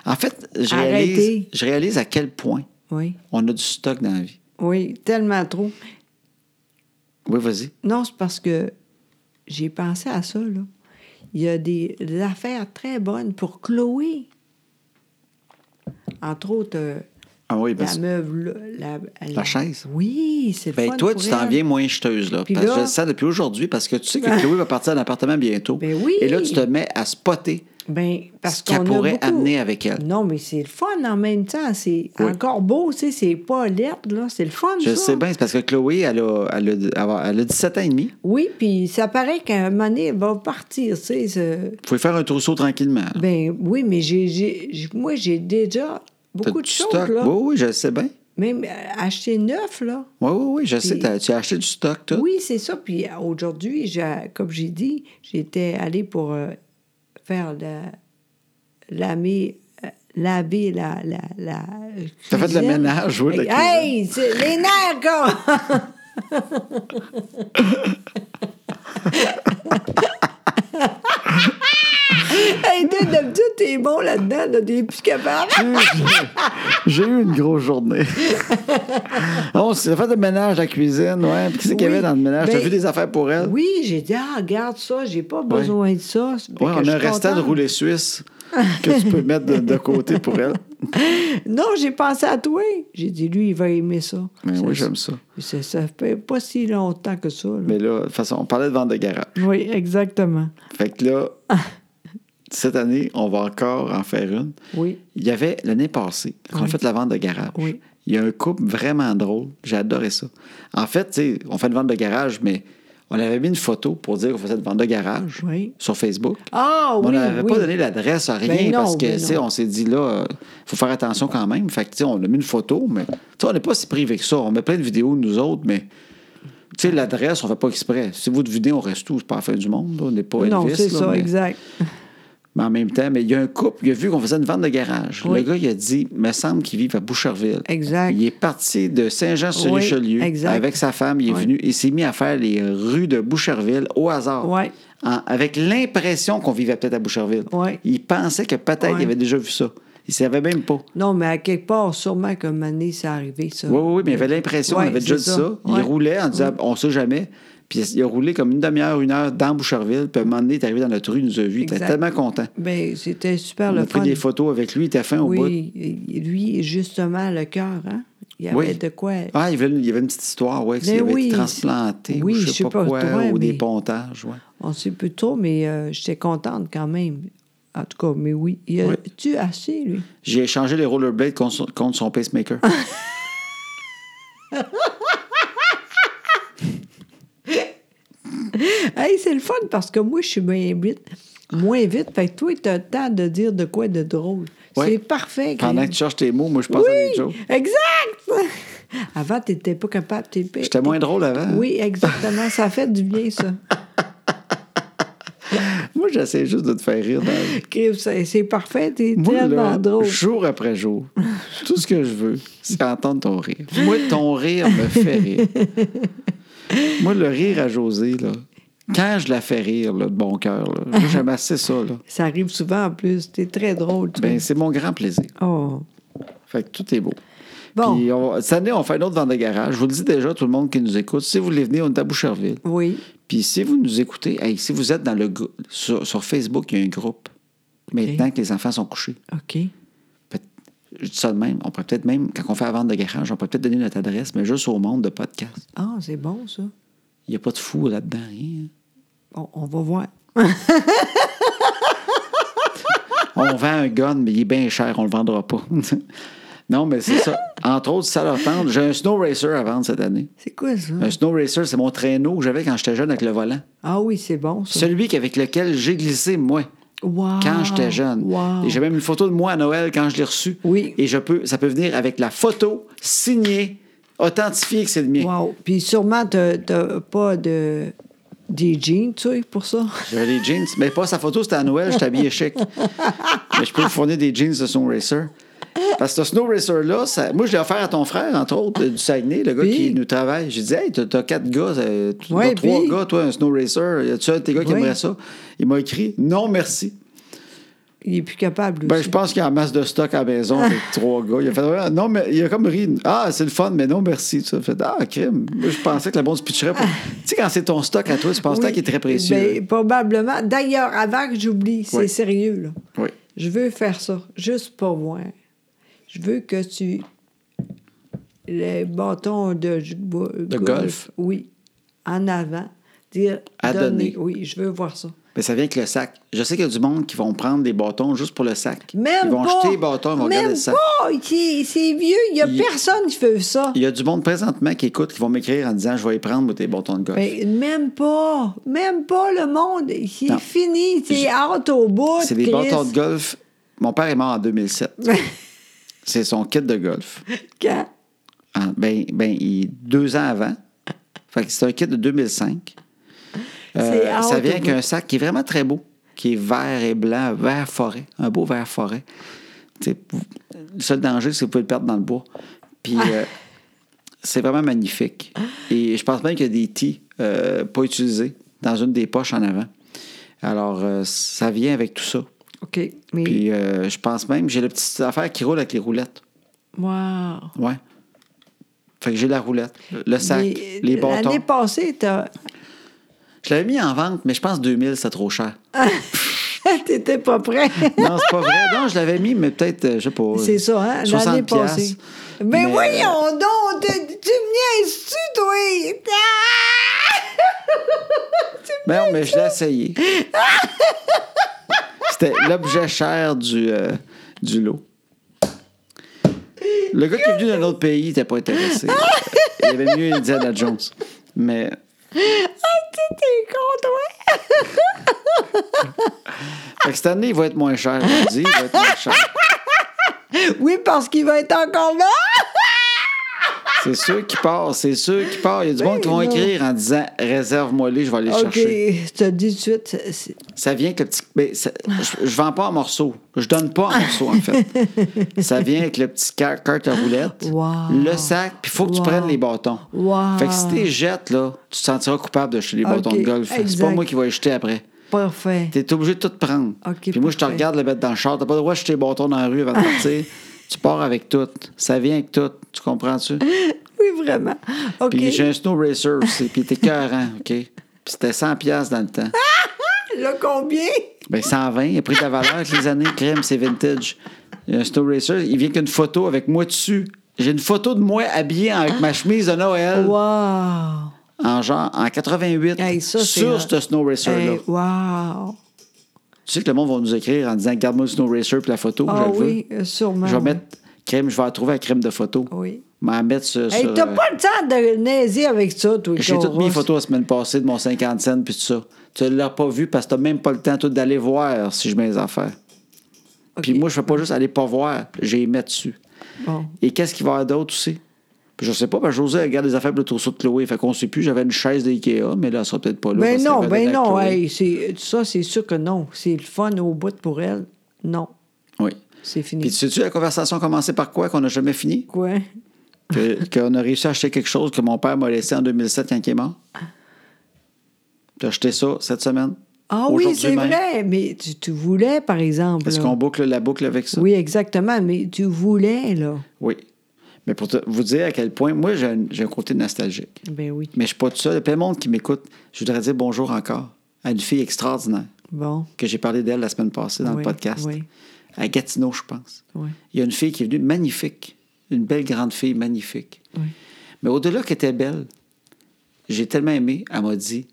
[SPEAKER 2] En fait, je
[SPEAKER 1] Arrêtez.
[SPEAKER 2] réalise, je réalise à quel point
[SPEAKER 1] Oui.
[SPEAKER 2] on a du stock dans la vie.
[SPEAKER 1] Oui, tellement trop.
[SPEAKER 2] Oui, vas-y.
[SPEAKER 1] Non, c'est parce que j'ai pensé à ça, là. Il y a des, des affaires très bonnes pour Chloé. Entre autres, euh,
[SPEAKER 2] Ah oui, ben,
[SPEAKER 1] la meuble. là, La, la-
[SPEAKER 2] chaise.
[SPEAKER 1] Oui, c'est le
[SPEAKER 2] ben,
[SPEAKER 1] fun
[SPEAKER 2] toi,
[SPEAKER 1] pour
[SPEAKER 2] tu t'en
[SPEAKER 1] elle.
[SPEAKER 2] viens moins chuteuse, là.
[SPEAKER 1] Puis
[SPEAKER 2] parce que
[SPEAKER 1] là-
[SPEAKER 2] je le sens depuis aujourd'hui, parce que tu sais que Chloé va partir d'un appartement bientôt.
[SPEAKER 1] Ben oui.
[SPEAKER 2] Et là, tu te mets à spotter
[SPEAKER 1] Ben, parce
[SPEAKER 2] ce qu'elle
[SPEAKER 1] qu'on a
[SPEAKER 2] pourrait
[SPEAKER 1] beaucoup-
[SPEAKER 2] amener avec elle.
[SPEAKER 1] Non, mais c'est le fun en même temps. C'est
[SPEAKER 2] Oui.
[SPEAKER 1] encore beau, tu sais, c'est pas lettre, là. C'est le fun,
[SPEAKER 2] Je
[SPEAKER 1] ça.
[SPEAKER 2] sais bien, c'est parce que Chloé, elle a, elle a- elle a 17 ans et demi.
[SPEAKER 1] Oui, puis ça paraît qu'à un moment donné, elle va partir, tu sais. c'est-
[SPEAKER 2] Faut lui faire un trousseau tranquillement. là.
[SPEAKER 1] Ben oui, mais j'ai, j'ai- j'ai- moi, j'ai déjà
[SPEAKER 2] T'as
[SPEAKER 1] beaucoup de
[SPEAKER 2] du
[SPEAKER 1] choses,
[SPEAKER 2] stock.
[SPEAKER 1] là.
[SPEAKER 2] Oui, oui, je le sais bien.
[SPEAKER 1] Même euh, acheter neuf, là.
[SPEAKER 2] Oui, oui, oui, je sais.
[SPEAKER 1] Puis-
[SPEAKER 2] t'as- Tu as acheté du stock, toi.
[SPEAKER 1] Oui, c'est ça. Puis euh, aujourd'hui, j'ai- comme j'ai dit, j'étais allée pour euh, faire la, laver, euh, laver la, la, la euh,
[SPEAKER 2] T'as fait le
[SPEAKER 1] cuisine.
[SPEAKER 2] ménage, oui, la
[SPEAKER 1] Hey, c'est les nerfs, quoi! hey, toi, d'habitude, t'es bon là-dedans, là, t'es plus capable.
[SPEAKER 2] J'ai eu une grosse journée. Ah, on s'est fait le ménage à la cuisine, ouais. Puis qu'est-ce qu'il y
[SPEAKER 1] Oui,
[SPEAKER 2] avait dans le ménage? T'as
[SPEAKER 1] ben-
[SPEAKER 2] vu des affaires pour elle?
[SPEAKER 1] Oui, j'ai dit, ah, regarde ça, j'ai pas besoin de ça. Fait que
[SPEAKER 2] Ouais, on
[SPEAKER 1] je
[SPEAKER 2] a un
[SPEAKER 1] suis
[SPEAKER 2] restant de
[SPEAKER 1] contente.
[SPEAKER 2] roulé suisse que tu peux mettre de, de côté pour elle.
[SPEAKER 1] Non, j'ai pensé à toi. J'ai dit, lui, il va aimer ça.
[SPEAKER 2] Mais
[SPEAKER 1] Ça-
[SPEAKER 2] oui, j'aime ça.
[SPEAKER 1] Ça, ça fait pas si longtemps que ça. là.
[SPEAKER 2] Mais là, de toute façon, on parlait de vente de garage.
[SPEAKER 1] Oui, exactement.
[SPEAKER 2] Fait que là, cette année, on va encore en faire une.
[SPEAKER 1] Oui.
[SPEAKER 2] Il y avait l'année passée, quand on a
[SPEAKER 1] Oui.
[SPEAKER 2] fait la vente de garage.
[SPEAKER 1] Oui.
[SPEAKER 2] Il y a un couple vraiment drôle. J'ai adoré ça. En fait, tu sais, on fait une vente de garage, mais on avait mis une photo pour dire qu'on faisait une vente de garage
[SPEAKER 1] Oui.
[SPEAKER 2] sur Facebook.
[SPEAKER 1] Ah,
[SPEAKER 2] Mais
[SPEAKER 1] oui.
[SPEAKER 2] on n'avait
[SPEAKER 1] oui.
[SPEAKER 2] pas donné l'adresse à rien
[SPEAKER 1] Ben non,
[SPEAKER 2] parce que,
[SPEAKER 1] ben
[SPEAKER 2] tu sais,
[SPEAKER 1] non.
[SPEAKER 2] on s'est dit là, il faut faire attention quand même. Fait que, tu sais, on a mis une photo, mais tu sais, on n'est pas si privé que ça. On met plein de vidéos, nous autres, mais. Tu sais, l'adresse, on ne fait pas exprès. Si vous devinez, on reste tout, c'est pas la fin du monde. là. On n'est pas
[SPEAKER 1] Non,
[SPEAKER 2] Elvis,
[SPEAKER 1] c'est
[SPEAKER 2] là,
[SPEAKER 1] ça,
[SPEAKER 2] mais-
[SPEAKER 1] exact.
[SPEAKER 2] mais en même temps, mais il y a un couple, il a vu qu'on faisait une vente de garage.
[SPEAKER 1] Oui.
[SPEAKER 2] Le gars, il a dit, me semble qu'il vit à Boucherville.
[SPEAKER 1] Exact.
[SPEAKER 2] Il est parti de Saint-Jean-sur-Richelieu
[SPEAKER 1] Oui, exact.
[SPEAKER 2] avec sa femme. Il est
[SPEAKER 1] Oui.
[SPEAKER 2] venu, il s'est mis à faire les rues de Boucherville au hasard.
[SPEAKER 1] Oui.
[SPEAKER 2] En- avec l'impression qu'on vivait peut-être à Boucherville.
[SPEAKER 1] Oui.
[SPEAKER 2] Il pensait que peut-être
[SPEAKER 1] Oui.
[SPEAKER 2] il avait déjà vu ça. Il savait même pas.
[SPEAKER 1] Non, mais à quelque part, sûrement qu'un moment donné, c'est arrivé, ça.
[SPEAKER 2] Oui, oui, oui, mais il avait l'impression
[SPEAKER 1] Oui,
[SPEAKER 2] qu'on avait déjà dit
[SPEAKER 1] c'est
[SPEAKER 2] ça.
[SPEAKER 1] ça.
[SPEAKER 2] Il
[SPEAKER 1] Oui.
[SPEAKER 2] roulait en disant, on sait jamais. Puis il a roulé comme une demi-heure, une heure dans Boucherville. Puis à un moment donné, il est arrivé dans notre rue, il nous a vus. Il était
[SPEAKER 1] Exact.
[SPEAKER 2] tellement content.
[SPEAKER 1] Ben, c'était super
[SPEAKER 2] On
[SPEAKER 1] le
[SPEAKER 2] a pris
[SPEAKER 1] fun.
[SPEAKER 2] des photos avec lui, il était fin au bout.
[SPEAKER 1] oui, et- lui, justement, le cœur, hein? Il y avait
[SPEAKER 2] Oui.
[SPEAKER 1] de quoi.
[SPEAKER 2] Ah, il y avait une, il y avait une petite histoire, ouais, que
[SPEAKER 1] Ben
[SPEAKER 2] s'il avait
[SPEAKER 1] oui,
[SPEAKER 2] été transplanté,
[SPEAKER 1] oui,
[SPEAKER 2] ou je sais pas, quoi,
[SPEAKER 1] toi,
[SPEAKER 2] ou
[SPEAKER 1] mais-
[SPEAKER 2] des pontages, ouais.
[SPEAKER 1] On sait plus trop, mais euh, j'étais contente quand même. En tout cas, mais oui. Il a
[SPEAKER 2] Oui.
[SPEAKER 1] tu assez, lui?
[SPEAKER 2] J'ai échangé les rollerblades contre, son- contre son pacemaker.
[SPEAKER 1] Ah, Hey, c'est le fun parce que moi, je suis bien vite. Moins vite. Fait que toi, t'as le temps de dire de quoi de drôle.
[SPEAKER 2] Ouais.
[SPEAKER 1] C'est parfait.
[SPEAKER 2] Pendant
[SPEAKER 1] Glenn.
[SPEAKER 2] que tu cherches tes mots, moi, je pense à des jokes.
[SPEAKER 1] Oui, exact! avant, t'étais pas capable. t'es-
[SPEAKER 2] J'étais moins drôle avant.
[SPEAKER 1] Oui, exactement. ça fait du bien, ça.
[SPEAKER 2] Moi, j'essaie juste de te faire rire. dans la vie.
[SPEAKER 1] Crime, C'est c'est parfait. T'es
[SPEAKER 2] Moi,
[SPEAKER 1] tellement
[SPEAKER 2] là,
[SPEAKER 1] drôle.
[SPEAKER 2] jour après jour, tout ce que je veux, c'est entendre ton rire. Moi, ton rire me fait rire. Moi, le rire à José, là, quand je la fais rire, là, de bon cœur, là, moi, j'aime assez ça, là.
[SPEAKER 1] Ça arrive souvent en plus. T'es très drôle. toi.
[SPEAKER 2] Ben, c'est mon grand plaisir.
[SPEAKER 1] Oh.
[SPEAKER 2] Fait que tout est beau.
[SPEAKER 1] Bon.
[SPEAKER 2] Puis on va- cette année, on fait une autre vente de garage. Je vous le dis déjà, tout le monde qui nous écoute, si vous voulez venir, on est à Boucherville.
[SPEAKER 1] Oui.
[SPEAKER 2] Puis si vous nous écoutez, hey, si vous êtes dans le grou- sur, sur Facebook, il y a un groupe. Maintenant que les enfants sont couchés.
[SPEAKER 1] OK.
[SPEAKER 2] Peut- Je dis ça de même. On pourrait peut-être même, quand on fait la vente de garage, on pourrait peut-être donner notre adresse, mais juste au monde de podcast.
[SPEAKER 1] Ah, c'est bon, ça.
[SPEAKER 2] Il n'y a pas de fou là-dedans, rien.
[SPEAKER 1] On, on va voir.
[SPEAKER 2] On vend un gun, mais il est bien cher, on le vendra pas. non, mais c'est ça. Entre autres, si ça leur tente, j'ai un Snow Racer à vendre cette année.
[SPEAKER 1] C'est quoi, ça?
[SPEAKER 2] Un Snow Racer, c'est mon traîneau que j'avais quand j'étais jeune avec le volant.
[SPEAKER 1] Ah oui, c'est bon, ça.
[SPEAKER 2] Mmh. Celui avec lequel j'ai glissé, moi,
[SPEAKER 1] Wow.
[SPEAKER 2] quand j'étais jeune.
[SPEAKER 1] Ah, Wow.
[SPEAKER 2] Et j'ai même une photo de moi à Noël quand je l'ai reçu.
[SPEAKER 1] Oui.
[SPEAKER 2] Et je peux, ça peut venir avec la photo signée, authentifiée que c'est le mien.
[SPEAKER 1] Wow. Puis sûrement, t'as t'as pas de des jeans, tu sais, pour ça.
[SPEAKER 2] J'avais des jeans. Mais pas sa photo, c'était à Noël, j'étais habillé chic. Mais je peux vous fournir des jeans de Snow Racer. Parce que ce Snow Racer-là, ça- moi, je l'ai offert à ton frère, entre autres, du Saguenay, le gars
[SPEAKER 1] Puis?
[SPEAKER 2] qui nous travaille. J'ai dit, hey, t'as t'as quatre gars, euh, tu-
[SPEAKER 1] Ouais,
[SPEAKER 2] t'as trois
[SPEAKER 1] puis?
[SPEAKER 2] gars, toi, un Snow Racer. Y a-tu un de tes gars qui
[SPEAKER 1] Oui.
[SPEAKER 2] aimerait ça? Il m'a écrit, non, merci.
[SPEAKER 1] Il est plus capable.
[SPEAKER 2] Ben,
[SPEAKER 1] aussi.
[SPEAKER 2] je pense qu'il y a un masse de stock à la maison avec trois gars. Il a fait Ah, Non, mais il a comme ri. Ah, c'est le fun, mais non, merci. Tu as fait Ah, crime. Moi, je pensais que la bonne se pitcherait. Pour... tu sais, quand c'est ton stock à toi, tu penses
[SPEAKER 1] Ah. Oui.
[SPEAKER 2] tant qu'il est très précieux.
[SPEAKER 1] Ben, probablement. D'ailleurs, avant que j'oublie, c'est
[SPEAKER 2] Oui.
[SPEAKER 1] sérieux, là.
[SPEAKER 2] Oui.
[SPEAKER 1] Je veux faire ça, juste pour voir. Je veux que tu. Les bâtons de, ju- bo-
[SPEAKER 2] golf.
[SPEAKER 1] Oui, en avant. Dire.
[SPEAKER 2] À donner.
[SPEAKER 1] Oui, je veux voir ça.
[SPEAKER 2] Mais ça vient avec le sac. Je sais qu'il y a du monde qui vont prendre des bâtons juste pour le sac.
[SPEAKER 1] Même
[SPEAKER 2] ils vont
[SPEAKER 1] pas,
[SPEAKER 2] jeter les bâtons, ils vont
[SPEAKER 1] même
[SPEAKER 2] regarder le sac.
[SPEAKER 1] pas! C'est c'est vieux, il n'y a
[SPEAKER 2] Il-
[SPEAKER 1] personne qui fait ça.
[SPEAKER 2] Il y a du monde présentement qui écoute, qui vont m'écrire en disant Je vais y prendre moi, tes bâtons de golf.
[SPEAKER 1] Mais même pas! Même pas le monde!
[SPEAKER 2] Non.
[SPEAKER 1] C'est fini! C'est
[SPEAKER 2] Je-
[SPEAKER 1] hâte au bout!
[SPEAKER 2] C'est des
[SPEAKER 1] Chris.
[SPEAKER 2] bâtons de golf. Mon père est mort en 2007. c'est son kit de golf.
[SPEAKER 1] Quand?
[SPEAKER 2] Ah, ben, ben, il- deux ans avant. Fait que c'est un kit de 2005.
[SPEAKER 1] C'est
[SPEAKER 2] Euh, ça
[SPEAKER 1] hâte
[SPEAKER 2] vient
[SPEAKER 1] au
[SPEAKER 2] avec un sac qui est vraiment très beau, qui est vert et blanc, vert forêt, un beau vert forêt. Tu sais, vous- le seul danger, c'est que vous pouvez le perdre dans le bois. Puis euh, c'est vraiment magnifique. Et je pense même qu'il y a des tis euh, pas utilisés dans une des poches en avant. Alors, euh, ça vient avec tout ça.
[SPEAKER 1] OK. Mais.
[SPEAKER 2] Puis euh, je pense même, j'ai la petite affaire qui roule avec les roulettes.
[SPEAKER 1] Wow!
[SPEAKER 2] Ouais. Fait que j'ai la roulette, le sac,
[SPEAKER 1] Mais, euh,
[SPEAKER 2] les bâtons.
[SPEAKER 1] L'année passée, t'as-
[SPEAKER 2] Je l'avais mis en vente, mais je pense 2000, c'est trop cher.
[SPEAKER 1] t'étais pas prêt.
[SPEAKER 2] Non, c'est pas vrai. Non, je l'avais mis, mais peut-être, euh, je sais pas.
[SPEAKER 1] C'est ça, hein?
[SPEAKER 2] 60
[SPEAKER 1] L'année passée.
[SPEAKER 2] piastres.
[SPEAKER 1] Mais,
[SPEAKER 2] Mais, euh,
[SPEAKER 1] voyons donc! Tu, tu me niaises-tu, toi? Ah!
[SPEAKER 2] Mais non, mais je l'ai essayé. C'était l'objet cher du, euh, du lot. Le gars qui est venu d'un autre pays n'était pas intéressé. Il avait mieux Indiana Jones. Mais
[SPEAKER 1] Ah, Tu t'es con, toi?
[SPEAKER 2] fait que cette année, il va être moins cher. on dit, il va être moins cher.
[SPEAKER 1] Oui, parce qu'il va être encore là!
[SPEAKER 2] C'est sûr qu'il part, c'est sûr qu'il part. Il y a du monde qui vont
[SPEAKER 1] Ben non.
[SPEAKER 2] écrire en disant réserve-moi les, je vais aller les
[SPEAKER 1] OK,
[SPEAKER 2] chercher.
[SPEAKER 1] je te le dis tout de suite. c'est- c'est-
[SPEAKER 2] Ça vient avec le petit. ben, ça- je, je vends pas en morceaux. Je donne pas en morceaux, en fait. ça vient avec le petit car- carte à roulette,
[SPEAKER 1] Wow.
[SPEAKER 2] le sac, puis il faut que tu
[SPEAKER 1] Wow.
[SPEAKER 2] prennes les bâtons.
[SPEAKER 1] Wow.
[SPEAKER 2] Fait que si tu les jettes, là, tu te sentiras coupable de jeter les
[SPEAKER 1] Ok,
[SPEAKER 2] bâtons de golf. C'est pas
[SPEAKER 1] exact.
[SPEAKER 2] moi qui vais les jeter après.
[SPEAKER 1] Parfait.
[SPEAKER 2] Tu es obligé de tout prendre.
[SPEAKER 1] Ok,
[SPEAKER 2] puis moi, je te
[SPEAKER 1] parfait.
[SPEAKER 2] regarde le mettre dans le char. Tu pas le droit de jeter les bâtons dans la rue avant de partir. tu pars avec tout. Ça vient avec tout. Tu comprends-tu?
[SPEAKER 1] Oui, vraiment. OK.
[SPEAKER 2] Puis j'ai un Snow Racer aussi, puis t'es cœurant, OK? Puis c'était 100 piastres dans le temps.
[SPEAKER 1] Là, combien?
[SPEAKER 2] Ben 120, il a pris de la valeur avec les années, crème, c'est vintage. Il y a un Snow Racer, il vient qu'une photo avec moi dessus. J'ai une photo de moi habillée avec ma chemise de Noël
[SPEAKER 1] Ah! Wow!
[SPEAKER 2] en genre en 88
[SPEAKER 1] Hey, ça, c'est
[SPEAKER 2] sur
[SPEAKER 1] hot.
[SPEAKER 2] ce Snow Racer là.
[SPEAKER 1] Hey, wow!
[SPEAKER 2] Tu sais que le monde va nous écrire en disant garde-moi le Snow Racer puis la photo,
[SPEAKER 1] Ah
[SPEAKER 2] je le veux.
[SPEAKER 1] oui, euh, sûrement.
[SPEAKER 2] je vais
[SPEAKER 1] oui.
[SPEAKER 2] mettre crème, je vais la trouver à crème de photo.
[SPEAKER 1] Oui.
[SPEAKER 2] M'en mettre sur,
[SPEAKER 1] Hey,
[SPEAKER 2] sur,
[SPEAKER 1] t'as
[SPEAKER 2] euh,
[SPEAKER 1] pas le temps de naiser avec ça, toi.
[SPEAKER 2] J'ai toutes
[SPEAKER 1] Coros.
[SPEAKER 2] mes photos la semaine passée de mon 50 cents puis tout ça. Tu l'as pas vu parce que t'as même pas le temps toi, d'aller voir si je mets les affaires. Puis
[SPEAKER 1] Ok.
[SPEAKER 2] moi, je fais pas juste aller pas voir, j'ai les mets dessus.
[SPEAKER 1] Bon.
[SPEAKER 2] Et qu'est-ce qu'il va y avoir d'autre aussi? Puis je sais pas, parce que José elle regarde les affaires pour le trousseau de Chloé. Fait qu'on sait plus, j'avais une chaise d'IKEA, mais là, elle sera peut-être pas là.
[SPEAKER 1] Ben
[SPEAKER 2] parce qu'elle
[SPEAKER 1] non,
[SPEAKER 2] va
[SPEAKER 1] ben
[SPEAKER 2] donner à
[SPEAKER 1] non.
[SPEAKER 2] Chloé.
[SPEAKER 1] hey, c'est- ça, c'est sûr que non. C'est le fun au bout pour elle. Non,
[SPEAKER 2] Oui.
[SPEAKER 1] c'est fini.
[SPEAKER 2] Puis tu sais-tu, la conversation a commencé par quoi qu'on n'a jamais fini?
[SPEAKER 1] Quoi?
[SPEAKER 2] Que- Qu'on a réussi à acheter quelque chose que mon père m'a laissé en 2007 quand il est mort. T'as acheté ça cette semaine?
[SPEAKER 1] Ah oui,
[SPEAKER 2] Aujourd'hui
[SPEAKER 1] c'est
[SPEAKER 2] même.
[SPEAKER 1] vrai. Mais tu, tu voulais, par exemple.
[SPEAKER 2] Est-ce
[SPEAKER 1] là.
[SPEAKER 2] qu'on boucle la boucle avec ça?
[SPEAKER 1] Oui, exactement. Mais tu voulais, là.
[SPEAKER 2] Oui. Mais pour te- vous dire à quel point, moi, j'ai un, j'ai un côté nostalgique.
[SPEAKER 1] Ben oui.
[SPEAKER 2] Mais je suis pas tout seul. Il y a plein de monde qui m'écoute. Je voudrais dire bonjour encore à une fille extraordinaire
[SPEAKER 1] Bon.
[SPEAKER 2] que j'ai parlé d'elle la semaine passée dans
[SPEAKER 1] Oui,
[SPEAKER 2] le podcast.
[SPEAKER 1] oui.
[SPEAKER 2] À Gatineau, je pense.
[SPEAKER 1] Oui.
[SPEAKER 2] Il y a une fille qui est venue magnifique. Une belle grande fille magnifique.
[SPEAKER 1] Oui.
[SPEAKER 2] Mais au-delà qu'elle était belle, j'ai tellement aimé, elle m'a dit,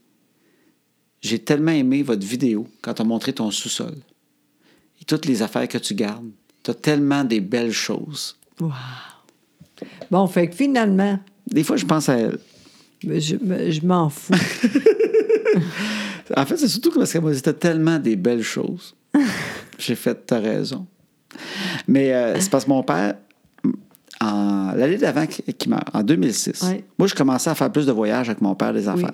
[SPEAKER 2] j'ai tellement aimé votre vidéo quand on montré ton sous-sol. Et toutes les affaires que tu gardes. Tu as tellement des belles choses.
[SPEAKER 1] Wow. Bon, fait que finalement,
[SPEAKER 2] Des fois, je pense à elle.
[SPEAKER 1] je, je m'en fous.
[SPEAKER 2] En fait, c'est surtout parce qu'elle m'a dit T'as tellement des belles choses. J'ai fait T'as raison. Mais euh, c'est parce que mon père, en- l'année d'avant qu'il qu'il meurt, en 2006,
[SPEAKER 1] Ouais.
[SPEAKER 2] moi, je commençais à faire plus de voyages avec mon père des affaires.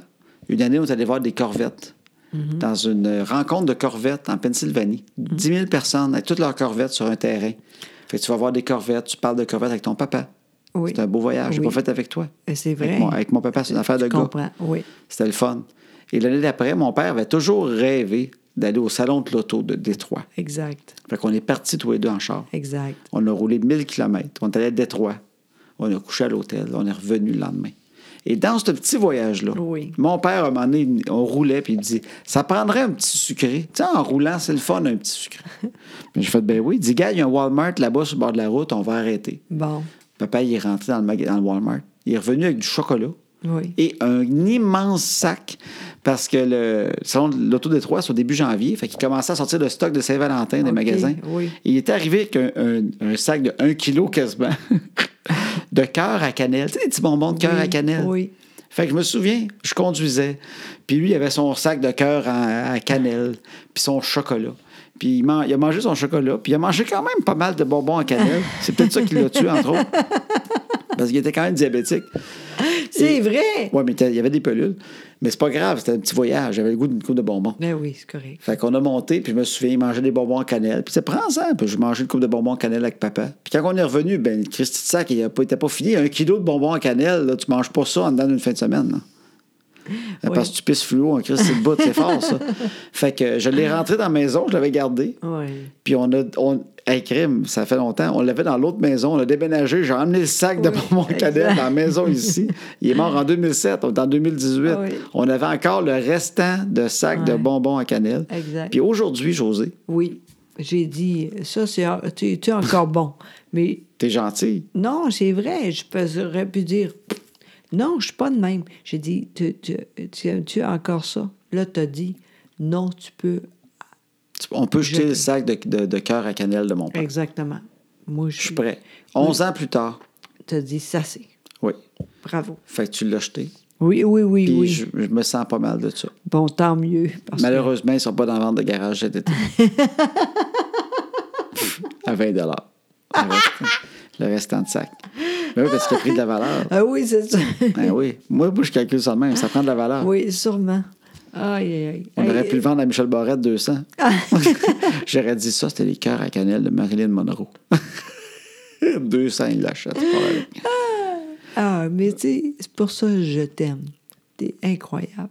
[SPEAKER 2] Une année, on est allé voir des corvettes
[SPEAKER 1] Mm-hmm.
[SPEAKER 2] dans une rencontre de corvettes en Pennsylvanie. 10 000 personnes avec toutes leurs corvettes sur un terrain. Fait que tu vas voir des corvettes, tu parles de corvettes avec ton papa.
[SPEAKER 1] Oui.
[SPEAKER 2] C'est un beau voyage. J'ai
[SPEAKER 1] Oui.
[SPEAKER 2] pas fait avec toi.
[SPEAKER 1] Mais c'est vrai.
[SPEAKER 2] Avec mon, avec mon papa, c'est une affaire
[SPEAKER 1] Je
[SPEAKER 2] de gars.
[SPEAKER 1] comprends. Oui.
[SPEAKER 2] C'était le fun. Et l'année d'après, mon père avait toujours rêvé d'aller au salon de l'auto de Détroit.
[SPEAKER 1] Exact,
[SPEAKER 2] Fait qu'on est partis tous les deux en char.
[SPEAKER 1] exact.
[SPEAKER 2] On a roulé 1000 km. On est allé à Détroit. On a couché à l'hôtel. On est revenu le lendemain. Et dans ce petit voyage-là,
[SPEAKER 1] Oui.
[SPEAKER 2] mon père, à un moment donné, on roulait, puis il dit Ça prendrait un petit sucré. Tu sais, en roulant, c'est le fun, un petit sucré. puis j'ai fait Ben oui. Il dit Gars, il y a un Walmart là-bas sur le bord de la route, on va arrêter.
[SPEAKER 1] Bon,
[SPEAKER 2] Papa, il est rentré dans le, maga- dans le Walmart. Il est revenu avec du chocolat
[SPEAKER 1] oui.
[SPEAKER 2] et un immense sac parce que le salon de l'Auto Détroit, c'est au début janvier. Fait qu'il commençait à sortir le stock de Saint-Valentin des
[SPEAKER 1] Ok,
[SPEAKER 2] magasins.
[SPEAKER 1] oui.
[SPEAKER 2] Et il était arrivé avec un, un- un sac de 1 kg quasiment de cœur à cannelle. Tu sais, des petits bonbons de cœur
[SPEAKER 1] Oui,
[SPEAKER 2] à cannelle.
[SPEAKER 1] oui.
[SPEAKER 2] Fait que je me souviens, je conduisais. Puis lui, il avait son sac de cœur à, à cannelle, puis son chocolat. Puis il, man- il a mangé son chocolat, puis il a mangé quand même pas mal de bonbons à cannelle. C'est peut-être ça qui l'a tué, entre autres. Parce qu'il était quand même diabétique.
[SPEAKER 1] C'est
[SPEAKER 2] Et-
[SPEAKER 1] vrai!
[SPEAKER 2] Oui, mais t'as- il y avait des pelules. Mais c'est pas grave, c'était un petit voyage. J'avais le goût d'une coupe de bonbons.
[SPEAKER 1] Ben oui, c'est correct.
[SPEAKER 2] Fait qu'on a monté, puis je me souviens, il mangeait des bonbons en cannelle. Puis c'est prends ça. Puis je mangeais une coupe de bonbons en cannelle avec papa. Puis quand on est revenu, ben, le Christy de sac, il n'était pas fini. Un kilo de bonbons en cannelle, là, tu manges pas ça en dedans d'une fin de semaine. là.
[SPEAKER 1] Oui.
[SPEAKER 2] Parce que tu pisses fluo en Christy de bout, c'est fort, ça. Fait que je l'ai rentré dans la maison, je l'avais gardé.
[SPEAKER 1] Oui.
[SPEAKER 2] Puis on a. On, hey, crime, ça fait longtemps. On l'avait dans l'autre maison. On a déménagé. J'ai emmené le sac de
[SPEAKER 1] Oui,
[SPEAKER 2] bonbons cadets
[SPEAKER 1] exact.
[SPEAKER 2] dans la maison ici. Il est mort en 2007. On est en 2018.
[SPEAKER 1] Ah oui.
[SPEAKER 2] On avait encore le restant de sac de
[SPEAKER 1] Ouais.
[SPEAKER 2] bonbons à cannelle.
[SPEAKER 1] Exact.
[SPEAKER 2] Puis aujourd'hui, José,
[SPEAKER 1] Oui. J'ai dit, ça, c'est tu, tu es encore bon. Mais
[SPEAKER 2] t'es gentil.
[SPEAKER 1] non, c'est vrai, je peux- j'aurais pu dire, non, je suis pas de même. J'ai dit, tu, tu, tu aimes-tu encore ça? Là, tu as dit, non, tu peux.
[SPEAKER 2] Tu- On peut jeter
[SPEAKER 1] Je-
[SPEAKER 2] le sac de, de- de cœur à cannelle de mon père.
[SPEAKER 1] Exactement. Moi,
[SPEAKER 2] Je
[SPEAKER 1] je
[SPEAKER 2] suis prêt. 11 ans plus tard,
[SPEAKER 1] Tu as dit, ça, c'est.
[SPEAKER 2] oui.
[SPEAKER 1] Bravo.
[SPEAKER 2] Fait que tu l'as jeté.
[SPEAKER 1] Oui, oui, oui,
[SPEAKER 2] Puis
[SPEAKER 1] oui.
[SPEAKER 2] je, je me sens pas mal de ça.
[SPEAKER 1] Bon, tant mieux. parce que-
[SPEAKER 2] Malheureusement, ils ne sont pas dans la vente de garage cet été. à 20 le restant, le restant de sac. Mais oui, parce qu'il a pris de la valeur.
[SPEAKER 1] Ah oui, c'est ça.
[SPEAKER 2] Ben oui. Moi, moi, je calcule ça de même. Ça prend de la valeur.
[SPEAKER 1] oui, sûrement. Aïe, aïe, aïe.
[SPEAKER 2] On aurait
[SPEAKER 1] Aïe,
[SPEAKER 2] pu le vendre à Michel Barrette 200. J'aurais dit ça, c'était les cœurs à cannelle de Marilyn Monroe. 200, il l'achète. c'est pas vrai.
[SPEAKER 1] Ah, mais tu sais, c'est pour ça que je t'aime. T'es incroyable.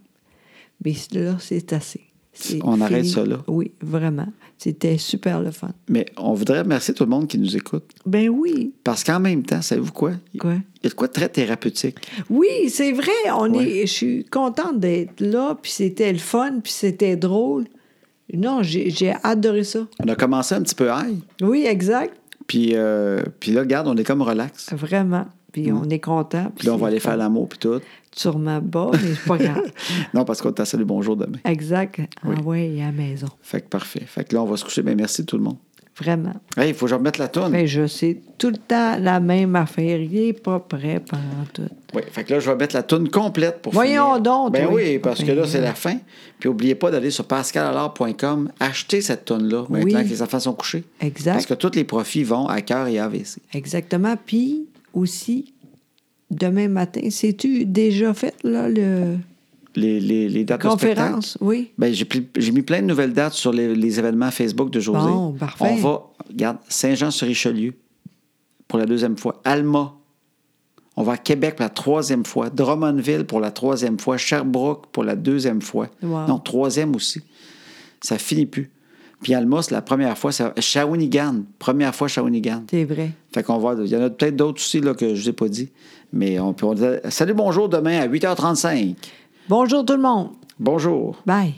[SPEAKER 1] Mais là, c'est assez. C'est
[SPEAKER 2] On arrête
[SPEAKER 1] fini.
[SPEAKER 2] ça, là.
[SPEAKER 1] Oui, vraiment. C'était super le fun.
[SPEAKER 2] Mais on voudrait remercier tout le monde qui nous écoute.
[SPEAKER 1] Ben oui.
[SPEAKER 2] Parce qu'en même temps, savez-vous quoi? Il
[SPEAKER 1] Quoi?
[SPEAKER 2] y a de quoi de très thérapeutique.
[SPEAKER 1] Oui, c'est vrai. On
[SPEAKER 2] Ouais.
[SPEAKER 1] est, je suis contente d'être là, puis c'était le fun, puis c'était drôle. Non, j'ai j'ai adoré ça.
[SPEAKER 2] On a commencé un petit peu high.
[SPEAKER 1] Oui, exact.
[SPEAKER 2] Puis, euh, puis là, regarde, on est comme relax.
[SPEAKER 1] Ah, Vraiment. Puis on est content.
[SPEAKER 2] Puis là, on va aller faire l'amour, puis tout.
[SPEAKER 1] Sûrement bas, mais c'est pas grave.
[SPEAKER 2] Non, parce qu'on t'a salué bonjour demain.
[SPEAKER 1] exact. Ah ouais, à la maison.
[SPEAKER 2] Fait que parfait. Fait que là, on va se coucher. Mais merci tout le monde.
[SPEAKER 1] Vraiment.
[SPEAKER 2] Hey, il faut que je remette la toune.
[SPEAKER 1] Ben, je sais tout le temps la même affaire. Il n'est pas prêt pendant tout.
[SPEAKER 2] Oui, fait que là, je vais mettre la toune complète pour
[SPEAKER 1] Voyons
[SPEAKER 2] finir.
[SPEAKER 1] donc,
[SPEAKER 2] Ben
[SPEAKER 1] toi.
[SPEAKER 2] oui, parce que là,
[SPEAKER 1] Ben.
[SPEAKER 2] c'est la fin. Puis n'oubliez pas d'aller sur pascalalard.com, acheter cette toune-là, maintenant
[SPEAKER 1] Oui.
[SPEAKER 2] que les enfants sont couchés.
[SPEAKER 1] Exact.
[SPEAKER 2] Parce que tous les profits vont à cœur et AVC.
[SPEAKER 1] Exactement. Puis aussi, demain matin, sais-tu déjà fait là, le
[SPEAKER 2] Les, les, les dates au spectacle.
[SPEAKER 1] conférence? Oui.
[SPEAKER 2] Ben, j'ai, pli- j'ai mis plein de nouvelles dates sur les, les événements Facebook de José.
[SPEAKER 1] Bon, parfait.
[SPEAKER 2] On va, regarde, Saint-Jean-sur-Richelieu pour la deuxième fois, Alma. On va à Québec pour la troisième fois, Drummondville pour la troisième fois, Sherbrooke pour la deuxième fois.
[SPEAKER 1] Wow.
[SPEAKER 2] Non, troisième aussi. Ça finit plus. Puis Alma, c'est la première fois. Ça, Shawinigan, première fois Shawinigan.
[SPEAKER 1] C'est vrai.
[SPEAKER 2] Fait qu'on va. Il y en a peut-être d'autres aussi là, que je ne vous ai pas dit. Mais on peut. on- salut, bonjour demain à 8h35.
[SPEAKER 1] Bonjour tout le monde.
[SPEAKER 2] Bonjour.
[SPEAKER 1] Bye.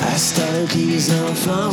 [SPEAKER 3] À ce temps que les enfants